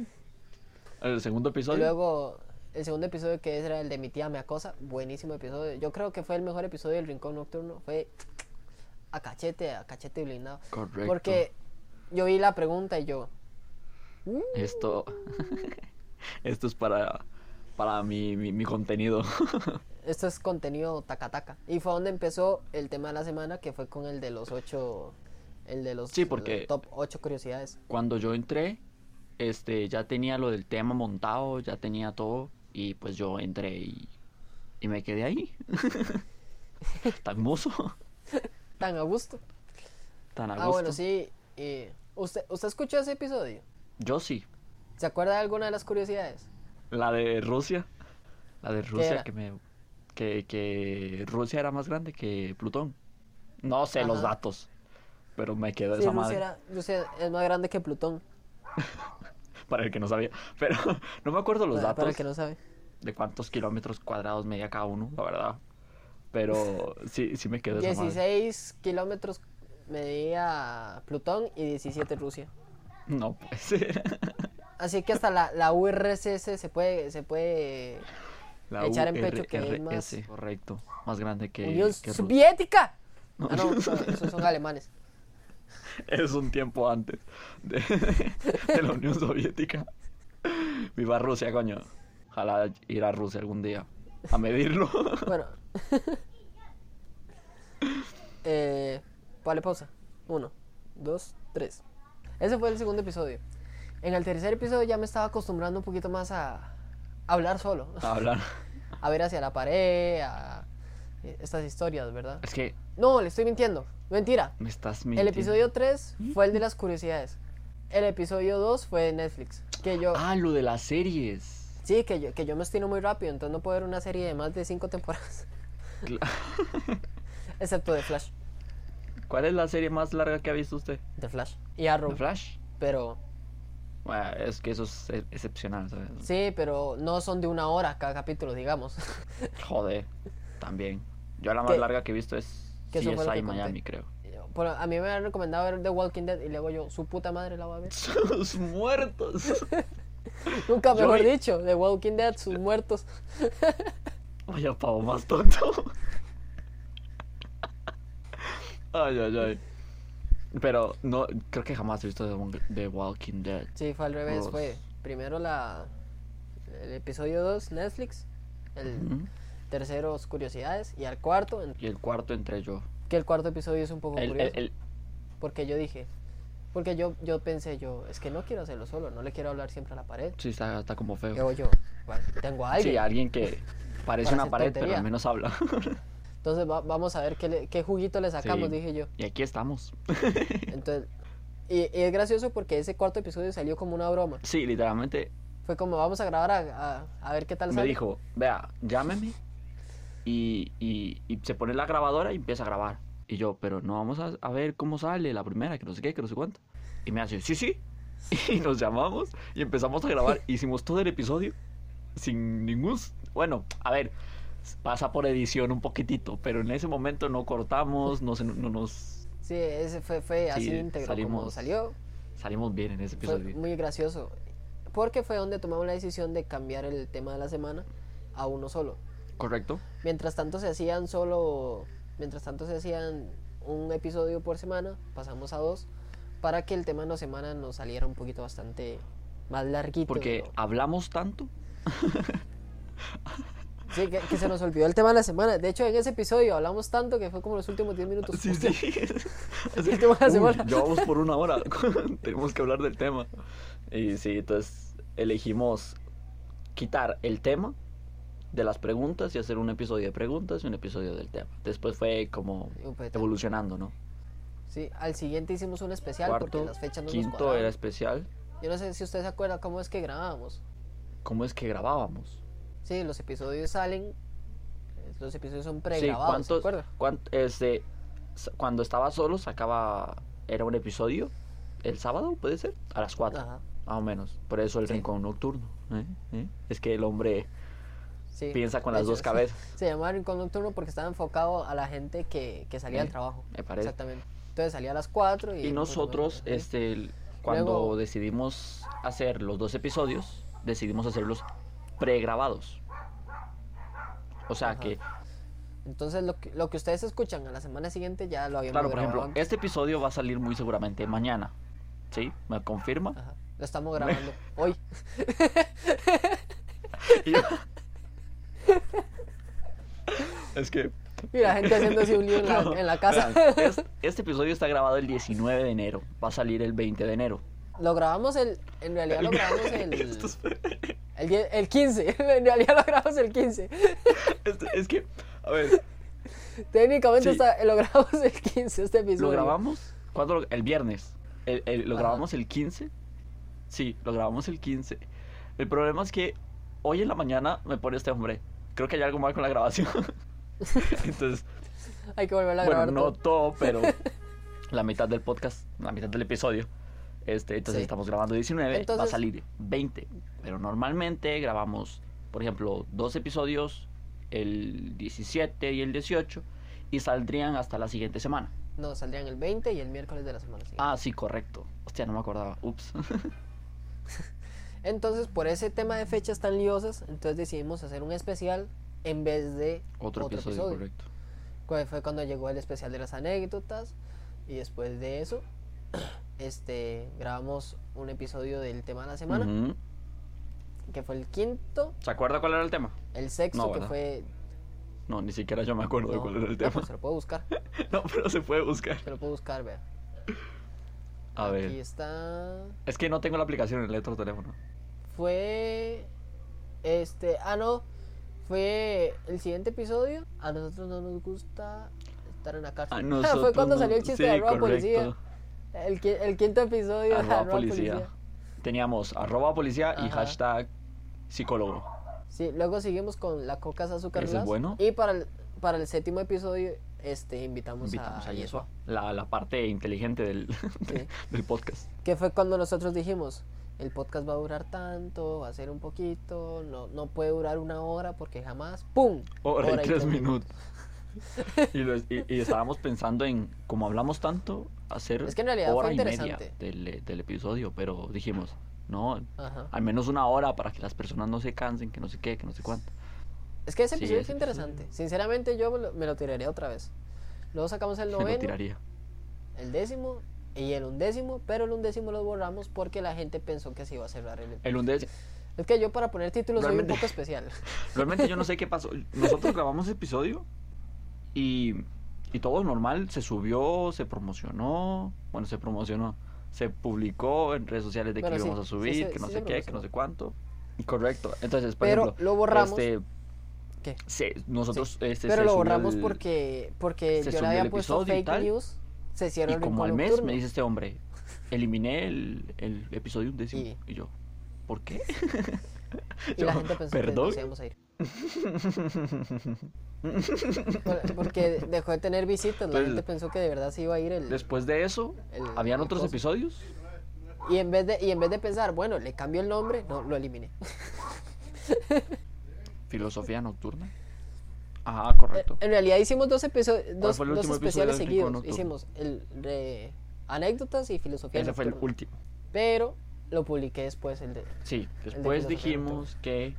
El segundo
Y
episodio.
luego, el segundo episodio que era el de mi tía me acosa, buenísimo episodio. Yo creo que fue el mejor episodio del Rincón Nocturno. Fue a cachete, a cachete blindado.
Correcto.
Porque yo vi la pregunta y yo,
Esto. [LAUGHS] Esto es para. Para mi, mi, mi contenido. [LAUGHS]
Esto es contenido taca taca. Y fue donde empezó el tema de la semana, que fue con el de los ocho. El de los
Sí, porque-
eh, top 8 curiosidades.
Cuando yo entré, este, ya tenía lo del tema montado, ya tenía todo. Y pues yo entré y. Y me quedé ahí. [LAUGHS] Tan mozo.
Tan a gusto.
Tan a
Ah,
gusto.
bueno, sí. eh, ¿usted, ¿Usted escuchó ese episodio?
Yo sí.
¿Se acuerda de alguna de las curiosidades?
La de Rusia. La de Rusia
era?
que me. Que, que Rusia era más grande que Plutón. No sé los
Ajá.
datos. Pero me quedó
Sí,
Pues esa
Rusia
madre.
era- Rusia es más grande que Plutón.
Para el que no sabía. Pero [LAUGHS] no me acuerdo los
para,
datos.
para el que no sabe.
de cuántos kilómetros cuadrados medía cada uno, la verdad.
[LAUGHS]
Pero sí, sí me quedé esa madre.
16 kilómetros medía Plutón y 17 Rusia.
No, pues. [LAUGHS]
Así que hasta la, la URSS se puede, se puede.
La
Echar en pecho que es
URSS,
más-
correcto. Más grande que.
Unión
que Rusia.
Soviética. Ah, no, esos son alemanes.
[LAUGHS] Es un tiempo antes de, [LAUGHS] de la Unión Soviética. [LAUGHS] Viva Rusia, coño. Ojalá ir a Rusia algún día a medirlo. [LAUGHS]
Bueno. [LAUGHS] eh, vale, pausa. Uno, dos, tres. Ese fue el segundo episodio. En el tercer episodio ya me estaba acostumbrando un poquito más a hablar solo. [LAUGHS]
A hablar.
A ver hacia la pared, a eh, estas historias, ¿verdad?
Es que
No, le estoy mintiendo. Mentira.
me estás
El
mintiendo.
episodio 3 fue el de las curiosidades. El episodio 2 fue de Netflix. Que yo,
Ah, lo de las series. [LAUGHS]
sí, que yo, que yo me estilo muy rápido, entonces no puedo ver una serie de más de cinco temporadas. Excepto de Flash.
¿Cuál es la serie más larga que ha visto usted?
De Flash. Y Arrow.
¿The Flash?
Pero.
Bueno, es que eso es ex- excepcional, ¿sabes?
Sí, pero no son de una hora cada capítulo, digamos. [LAUGHS]
Joder, también. Yo la más
¿Qué?
larga que he visto es
¿Qué eso fue lo
CSI
que conté?
Miami, creo.
Por- a mí me han recomendado ver The Walking Dead y luego yo, su puta madre la voy a
[LAUGHS]
ver.
¡Sus muertos!
Nunca
Yo
mejor
vi-
dicho, The Walking Dead,
[LAUGHS]
sus muertos.
Vaya pavo más tonto. Ay, ay, ay. Pero no, creo que jamás he visto The Wong- The Walking Dead.
Sí, fue al revés,
Gross.
fue primero la el episodio 2, Netflix, el
Ujú.
tercero, Curiosidades, y al cuarto, en-
Y el cuarto entré yo.
que el cuarto episodio es un poco
El,
Oh, curioso,
el- el-
porque yo dije, porque yo, yo pensé, yo, es que no quiero hacerlo solo, no le quiero hablar siempre a la pared.
sí, está, está como feo.
Yo, yo, bueno, tengo a alguien,
Sí, alguien que parece
Para
una
hacer
pared, pero
tontería.
al menos habla. [LAUGHS]
entonces va- vamos a ver qué, le- qué juguito le sacamos,
Sí.
dije yo.
y aquí estamos.
Entonces, y, y es gracioso porque ese cuarto episodio salió como una broma.
Sí, literalmente
Fue como, vamos a grabar a, a- a ver qué tal
me
sale.
dijo, vea, llámeme. Y, y- y se pone la grabadora y empieza a grabar. Y yo, pero no vamos a, a ver cómo sale la primera, que no sé qué, que no sé cuánto. Y me hace, sí, [LAUGHS] sí. Y nos llamamos y empezamos
[LAUGHS]
a grabar. Hicimos todo el episodio sin ningún... s- Bueno, a ver, pasa por edición un poquitito, pero en ese momento no cortamos, no, se- no nos...
Sí, ese fue, fue así
Sí,
íntegro como
salimos-
salió.
Salimos bien en ese
Fue
episodio.
muy gracioso. Porque fue donde tomamos la decisión de cambiar el tema de la semana a uno solo.
¿Correcto?
Mientras tanto se hacían solo. Mientras tanto se hacían un episodio por semana, pasamos a dos, para que el tema de la semana nos saliera un poquito bastante más larguito.
Porque
¿no?
hablamos tanto.
Sí, que, que se nos olvidó el tema de la semana. De hecho, en ese episodio hablamos tanto que fue como los últimos 10 minutos.
Sí,
Hostia,
sí. [LAUGHS]
el tema de la
Uy,
semana.
llevamos por una
[LAUGHS]
hora. [LAUGHS] Tenemos que hablar del tema. Y sí, entonces elegimos quitar el tema de las preguntas y hacer un episodio de preguntas y un episodio del tema. Después fue como
Y un peta.
evolucionando, ¿no?
pues, Sí, al siguiente hicimos un especial
Cuarto,
porque las fechas no nos
quinto
cuadraban.
era especial.
Yo no sé si ustedes se acuerdan cómo es que grabábamos.
¿Cómo es que grabábamos?
Sí, los episodios salen. eh, Los episodios son
Sí,
pregrabados, ¿se
¿cuántos?
acuerdan?
cuán- este, s- cuando estaba solo sacaba, era un episodio, el sábado puede ser, a las 4.
Ajá.
Más o Ah, menos. Por eso el
Sí.
rincón nocturno. ¿eh? ¿eh? Es que el hombre
Sí.
piensa con
de
las
hecho,
dos cabezas.
Se llamaba Rincón Nocturno porque estaba enfocado a la gente que, que salía
Eh,
del trabajo.
me parece.
Exactamente. Entonces salía a las 4 y.
Y
pues,
nosotros,
bueno, sí.
este, el- cuando
Luego-
decidimos hacer los dos episodios, decidimos hacerlos pregrabados. O sea
Ajá.
que,
Entonces lo que, lo que ustedes escuchan a la semana siguiente ya lo habíamos
claro, por
grabado
ejemplo,
antes.
este episodio va a salir muy seguramente mañana. ¿Sí? ¿Me
[LAUGHS]
confirma?
Ajá. Lo estamos
[LAUGHS]
grabando hoy. [LAUGHS]
Y yo- es que.
Y la gente haciéndose un lío en la,
no,
en la casa.
vean, es- este episodio está grabado el 19 de enero. Va a salir el 20 de enero.
[LAUGHS] Lo grabamos el. En realidad lo
[LAUGHS]
grabamos el.
Esto es-
El, die- el 15. [LAUGHS] En realidad lo grabamos el 15.
Este- es que, a ver,
Técnicamente
Sí.
está- lo grabamos el 15 este episodio.
¿lo grabamos? ¿Cuándo? lo- el viernes. El- el- ¿Lo
Ajá.
grabamos el 15? Sí, lo grabamos el 15. El problema es que hoy en la mañana me pone este hombre. Creo que hay algo mal con
[LAUGHS]
la grabación. Entonces,
Hay que volver a
bueno,
grabar.
no
todo.
todo,
[LAUGHS]
pero la mitad del podcast, la mitad del episodio. Este, entonces
Sí.
estamos grabando 19, va a
Entonces-
salir 20. Pero normalmente grabamos, por ejemplo, dos episodios, el 17 y el 18, y saldrían hasta la siguiente semana.
No, saldrían el 20 y el miércoles de la semana siguiente.
Ah, sí, correcto. Hostia, no me acordaba. Ups.
Entonces, por ese tema de fechas tan liosas, entonces decidimos hacer un especial en vez de
[LAUGHS] Otro, episodio, correcto.
Cu- Fue cuando llegó el especial de las anécdotas y después de eso [CLEARS THROAT] este grabamos un episodio del tema de la semana,
Ujú.
que fue el quinto,
¿Se acuerda cuál era el tema?
el sexto
No,
que
¿verdad?
fue
No, ni siquiera yo me acuerdo de
no,
cuál era el
no,
tema.
pues se lo puedo buscar,
[LAUGHS] No, pero se puede buscar.
se lo puedo buscar, vea.
A ver.
Aquí está
Es que no tengo la aplicación en el otro teléfono.
fue este ah no fue el siguiente episodio a nosotros no nos gusta estar en la cárcel [LAUGHS]
A
fue
nosotros
cuando
no-
salió el chiste
sí,
de arroba policía
correcto.
el, qui- el quinto episodio de
Arroba
arroba policía.
policía. Teníamos arroba policía y
Ajá.
hashtag psicólogo.
sí luego seguimos con la coca azúcar
Ese es
glass
bueno.
y para el, para el séptimo episodio, este, invitamos,
Invitamos
a,
a
Yeshua.
Yeshua, la, la parte inteligente del, [LAUGHS]
Sí.
del podcast.
Que fue cuando nosotros dijimos, el podcast va a durar tanto, va a ser un poquito, no, no puede durar una hora porque jamás, ¡pum!
Hora, y tres
tres
minutos. y, lo- y- y estábamos pensando en, como hablamos tanto, hacer
Es que en realidad
hora
fue
y media
interesante.
del, del episodio, pero dijimos, no,
Ajá.
al menos una hora para que las personas no se cansen, que no sé qué, que no sé cuánto.
Es que ese
Sí,
episodio
ese
fue interesante. Sinceramente, yo me lo, me lo tiraría otra vez. Luego sacamos el
Me [LAUGHS] lo
noveno,
tiraría.
el décimo y el undécimo, pero el undécimo lo borramos porque la gente pensó que se iba a cerrar el
El undécimo.
Es que yo para poner títulos soy un
Realmente-
poco
[LAUGHS]
especial.
Realmente yo no sé qué pasó. Nosotros grabamos episodio y, y todo normal. Se subió, se promocionó. Bueno, se promocionó. Se publicó en redes sociales de
Bueno,
que lo
sí,
íbamos a
sí
subir,
se-
que no
sí
sé
se
qué, que
promocionó.
no sé cuánto. Y correcto. Entonces, por
Pero
ejemplo,
lo borramos.
este,
¿Qué?
se- nosotros este,
pero
se
lo
subió
borramos
el-
porque, porque yo
se
le
subió
había
el
puesto
episodio y
fake
tal,
news, se cierra
Y
el
como
Rincón
al mes
Nocturno.
me dice este hombre, eliminé el, el episodio undécimo.
Y-
Y, yo, ¿por
[LAUGHS]
qué?
Y la gente pensó que
¿Perdón?
nos íbamos a ir. [LAUGHS] Por- Porque dejó de tener visitas, la
Entonces-
gente pensó que de verdad se iba a ir el...
Después Pues, de eso,
El-
¿habían
el
otros
coso.
episodios?
Y, en vez de, y en vez de pensar, bueno, le cambio el nombre, no, lo
[LAUGHS]
eliminé.
Filosofía nocturna. Ajá, correcto.
En realidad hicimos dos, episodios, dos,
fue el
dos
último episodio
especiales
del
seguidos.
Rincón Nocturno?
Hicimos el de anécdotas y filosofía
Ese fue el
nocturna.
último.
Pero lo publiqué después el de...
Sí,
filosofía
después dijimos que.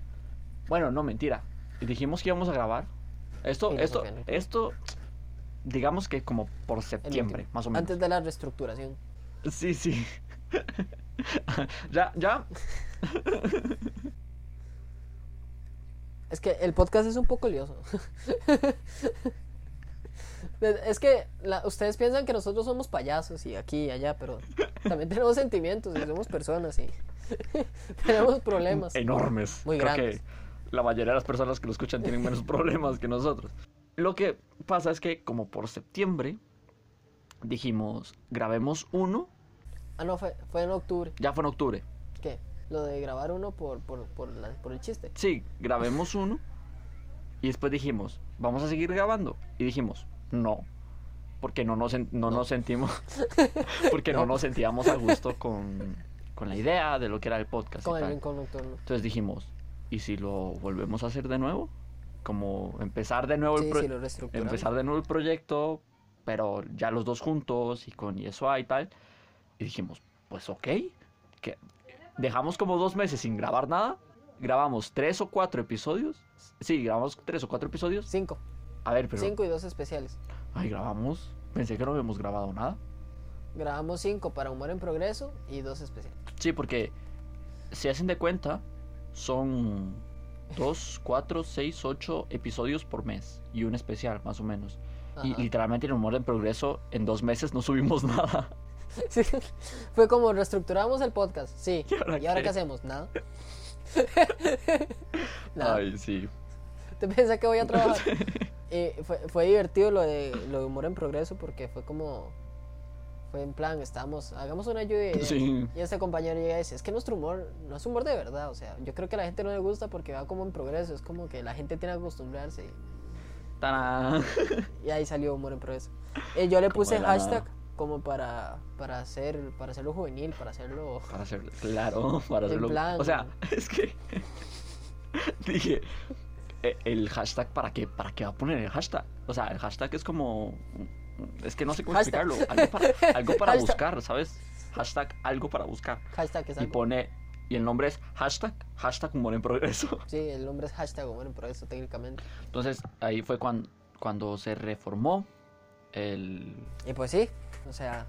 Bueno, no, mentira. Dijimos que íbamos a grabar. Esto, esto,
Filosofía nocturna.
esto. Digamos que como por
el
septiembre,
último,
más o menos.
Antes de la reestructuración.
Sí, sí. [LAUGHS] ya, ya.
Es que el podcast es un poco lioso. [LAUGHS] es que la- ustedes piensan que nosotros somos payasos y aquí y allá, pero también tenemos sentimientos y somos personas y [LAUGHS] tenemos problemas.
Enormes.
Muy
Creo
grandes.
que la mayoría de las personas que lo escuchan tienen menos [LAUGHS] problemas que nosotros. Lo que pasa es que, como por septiembre, dijimos, grabemos uno.
Ah, no, fue, fue en octubre.
Ya fue en octubre.
¿Qué? Lo de grabar uno por, por, por, la- por el chiste.
Sí, grabemos uno. Y después dijimos, vamos a seguir grabando. Y dijimos, no. Porque no nos, sen- no nos sentimos.
[LAUGHS]
porque no. nos sentíamos a gusto con, con la idea de lo que era el podcast. y
con el
tal.
rincón nocturno.
Entonces dijimos, ¿y si lo volvemos a hacer de nuevo? Como empezar de nuevo
Sí,
el pro-
sí, lo reestructuramos.
empezar de nuevo el proyecto, pero ya los dos juntos y con Yeshua y tal. Y dijimos, pues ok, que dejamos como dos meses sin grabar nada, grabamos tres o cuatro episodios. Sí, grabamos tres o cuatro episodios.
Cinco.
A ver, pero...
Cinco y dos especiales.
Ay, grabamos. Pensé que no habíamos grabado nada.
Grabamos cinco para Humor en Progreso y dos especiales.
Sí, porque si hacen de cuenta, son 2, 4, 6, 8 episodios por mes y un especial, más o menos. Y
Ajá.
literalmente en Humor en Progreso, en dos meses no subimos [LAUGHS] nada.
Sí. [LAUGHS] Fue como reestructuramos el podcast,
[LAUGHS]
sí. ¿Y ahora,
ahora
qué?
qué?
hacemos? Nada. Nada.
[LAUGHS] Ay, sí.
¿Te piensas que voy a trabajar?
[LAUGHS]
Eh, fue, fue divertido lo de, lo de humor en progreso porque fue como. Fue en plan, estamos, hagamos una lluvia. de ideas.
Sí.
Y este compañero llega y dice: Es que nuestro humor no es humor de verdad. O sea, yo creo que a la gente no le gusta porque va como en progreso. Es como que la gente tiene que acostumbrarse.
Tarán.
Y ahí salió humor en progreso. Eh, yo le
Como
puse
de la
hashtag
nada.
como para, para, hacer, para hacerlo juvenil, para hacerlo.
[LAUGHS]
[LAUGHS]
Para hacerlo, claro, para
En
hacerlo.
plan-
O sea, [LAUGHS] es que dije eh, el hashtag para qué, para qué va a poner el hashtag. O sea, el hashtag es como es que no sé cómo
Hashtag.
explicarlo, algo para, algo para
Hashtag.
buscar, ¿sabes? Hashtag algo para buscar.
Hashtag es
Y
algo.
pone y el nombre es hashtag hashtag humor en progreso. [LAUGHS]
Sí, el nombre es hashtag humor en progreso técnicamente.
Entonces ahí fue cuando cuando se reformó el
Y pues sí, o sea.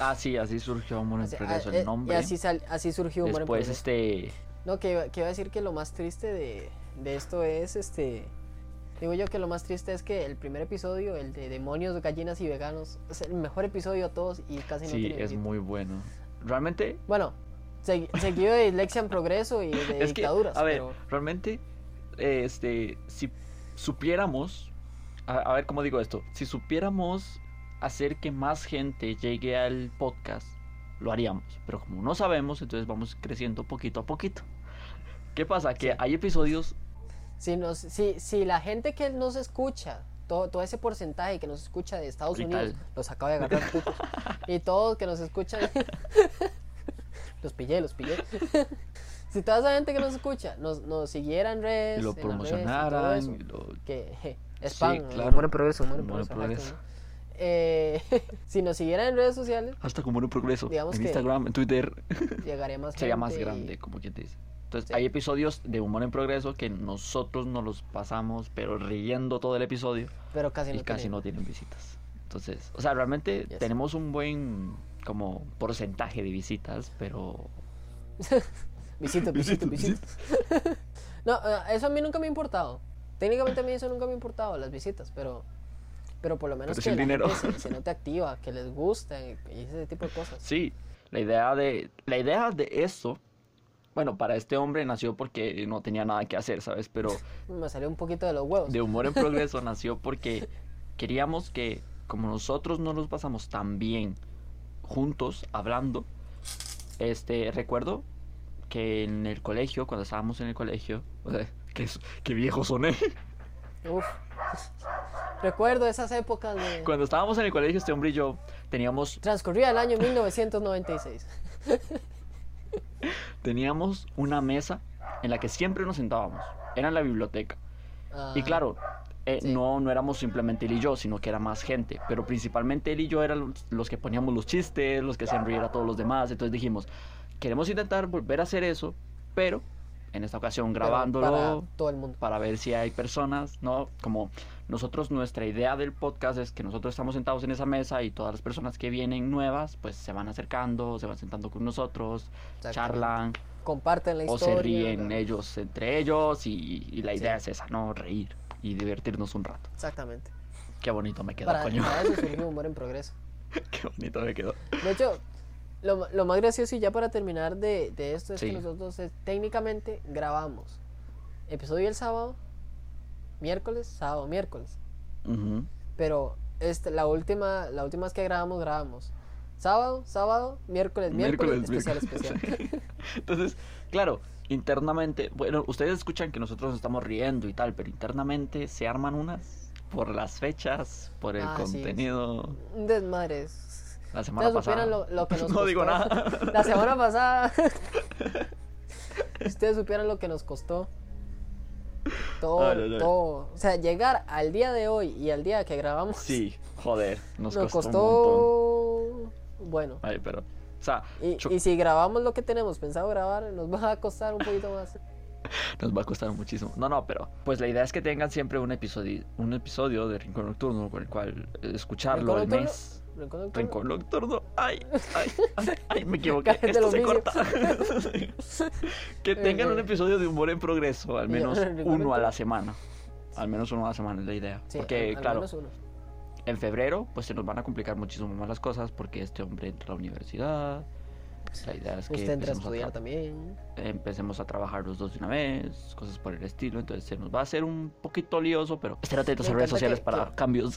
ah sí así surgió humor en
así-
progreso
ah, eh,
el nombre.
Y así, sal- así surgió humor en
Después
progreso.
este
No, que iba, que iba a decir que lo más triste de, de esto es este. Digo yo que lo más triste es que el primer episodio, el de demonios, gallinas y veganos, es el mejor episodio de todos y casi no
sí
tiene
es
visita.
muy bueno. Realmente
Bueno, segui- seguido de Dislexia en Progreso y de
[LAUGHS] Es que,
dictaduras.
a ver,
pero
realmente, eh, este, si supiéramos, a, a ver cómo digo esto, si supiéramos hacer que más gente llegue al podcast, lo haríamos. Pero como no sabemos, entonces vamos creciendo poquito a poquito. ¿Qué pasa? Que hay episodios
si, nos, si, si la gente que nos escucha todo, todo ese porcentaje que nos escucha de Estados
Brutal.
Unidos, los acabo de agarrar. puto.
[LAUGHS]
y todos que nos escuchan, [LAUGHS] los pillé, los pillé. [LAUGHS] si toda esa gente que nos escucha nos, nos siguiera en redes,
lo
en las redes y todo eso,
promocionaran. lo-
que je,
Sí,
spam, ¿no?
claro.
humor en progreso, humor en
Humor en
progreso, ajá,
progreso.
como- Eh, [LAUGHS] si nos siguieran en redes sociales,
Hasta como un progreso.
Digamos
en
que-
Instagram, en Twitter.
llegaría más
Sería más
gente y-
grande, como quien dice. Entonces,
Sí.
hay episodios de Humor en Progreso que nosotros nos los pasamos, pero riendo todo el episodio
pero casi
y
no
casi
tienen.
no tienen visitas. Entonces, o sea, realmente
Yes.
tenemos un buen como porcentaje de visitas, pero [LAUGHS]
Visito, visito, visito. [LAUGHS] no, eh, eso a mí nunca me ha importado. Técnicamente a mí eso nunca me ha importado, las visitas, pero, pero por lo menos
Pero es
que
el
la
dinero.
gente
[LAUGHS]
se, se note activa, que les gusta y y ese tipo de cosas.
Sí, la idea de, la idea de eso, bueno, para este hombre nació porque no tenía nada que hacer, ¿sabes? Pero
Me salió un poquito de los huevos.
de Humor en Progreso nació porque queríamos que, como nosotros no nos pasamos tan bien juntos, hablando, este, recuerdo que en el colegio, cuando estábamos en el colegio, o sea, que, que viejo soné, [LAUGHS]
Uf. [LAUGHS] Recuerdo esas épocas de...
cuando estábamos en el colegio, este hombre y yo teníamos
Transcurría el año 1996.
teníamos una mesa en la que siempre nos sentábamos. Era en la biblioteca. Y
Ah,
claro, eh,
Sí.
no, no éramos simplemente él y yo, sino que era más gente. Pero principalmente él y yo eran los, los que poníamos los chistes, los que hacían reír a todos los demás. Entonces dijimos, queremos intentar volver a hacer eso, pero en esta ocasión
pero
grabándolo
Para todo el mundo.
para ver si hay personas, ¿no? Como nosotros, nuestra idea del podcast es que nosotros estamos sentados en esa mesa y todas las personas que vienen nuevas, pues se van acercando, se van sentando con nosotros,
Exactamente.
charlan
Comparten la
o
historia.
se ríen eh.
¿verdad?
ellos entre ellos y, y la
Sí.
idea es esa, ¿no? Reír y divertirnos un rato.
Exactamente.
Qué bonito me quedó,
Para,
coño.
para eso surgió humor en progreso.
[LAUGHS] Qué bonito me quedó.
De hecho, lo, ma- lo más gracioso y ya para terminar de, de esto es
Sí.
que nosotros eh, técnicamente grabamos episodio el sábado, miércoles, sábado, miércoles.
Ujú.
Pero este, la última, la última vez que grabamos, grabamos. Sábado, sábado, miércoles, miércoles, especial,
miércoles. [LAUGHS]
especial.
Entonces, claro, internamente, bueno, ustedes escuchan que nosotros nos estamos riendo y tal, pero internamente se arman unas por las fechas, por el
Ah, sí, sí.
contenido.
Un desmadre. es-
La semana
Ustedes
pasada.
supieran lo, lo que
[LAUGHS]
nos
no digo
costó.
nada.
[LAUGHS] La semana
[LAUGHS]
pasada. Ustedes supieran lo que nos costó. Todo,
Ay, ay, ay.
todo. O sea, llegar al día de hoy y al día que grabamos.
Sí, joder, nos,
Nos
costó, un montón.
costó. Bueno.
Ay, pero, o sea,
Y,
cho-
y si grabamos lo que tenemos pensado grabar, nos va a costar un poquito más.
Nos va a costar muchísimo. No, no, pero pues la idea es que tengan siempre un episodio, un episodio de Rincón Nocturno con el cual eh,
Rincón
escucharlo al
Nocturno.
mes.
Rincón nocturno.
Rincón Nocturno. Ay, ay, ay, ay,
[LAUGHS]
me equivoqué.
Cállate
Esto
los
se
vicios.
corta. que tengan un
Eh,
episodio de humor en progreso, al
yo, [LAUGHS]
menos
Rincón
uno a
Nocturno.
la semana. Al menos uno a la semana es la idea.
Sí,
Porque,
al- al
claro,
menos uno.
en febrero pues se nos van a complicar muchísimo más las cosas porque este hombre entra a la universidad. La idea es que
Usted entra a
empecemos a
estudiar
tra-
también.
empecemos a trabajar los dos de una vez, cosas por el estilo. Entonces se nos va a hacer un poquito lioso, pero estén atentos
Me
a redes
encanta
sociales
que-
para
que-
cambios.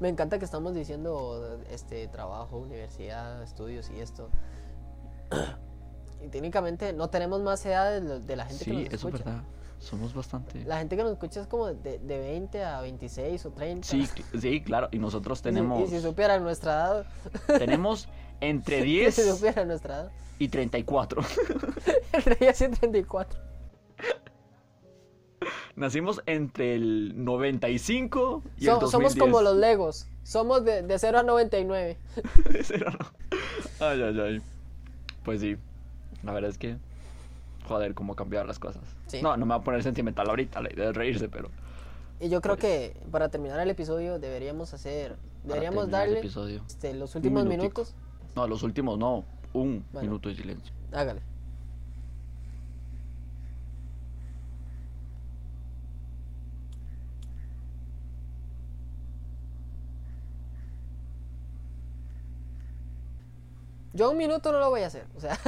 Me encanta que estamos diciendo este trabajo, universidad, estudios y esto. Y técnicamente no tenemos más edad de, lo- de la gente que
sí,
nos
eso es
escucha.
verdad. Somos bastante.
La gente que nos escucha es como de, de 20 a 26 o 30.
Sí,
Y si-
cl- sí, claro. Y nosotros tenemos,
Y si, supieran nuestra edad, [LAUGHS]
tenemos entre
y si
10
supieran nuestra edad, [LAUGHS]
y 34.
entre 10 y 34.
[LAUGHS] Nacimos entre el 95 y
So-
el 2010.
somos como
[LAUGHS]
los Legos. Somos de, de 0 a 99.
Será, ¿no? Ay, ay, ay. Pues sí, la verdad es que. Joder, cómo cambiar las cosas.
Sí.
No, no me va a poner sentimental ahorita, la idea es reírse, pero.
Y yo creo
Pues-
que para terminar el episodio deberíamos hacer,
para
deberíamos
terminar el
darle
episodio.
este, los últimos
minutico.
minutos.
No, los últimos no. Un
Bueno.
minuto de silencio.
Hágale. Yo un minuto no lo voy a hacer, o sea.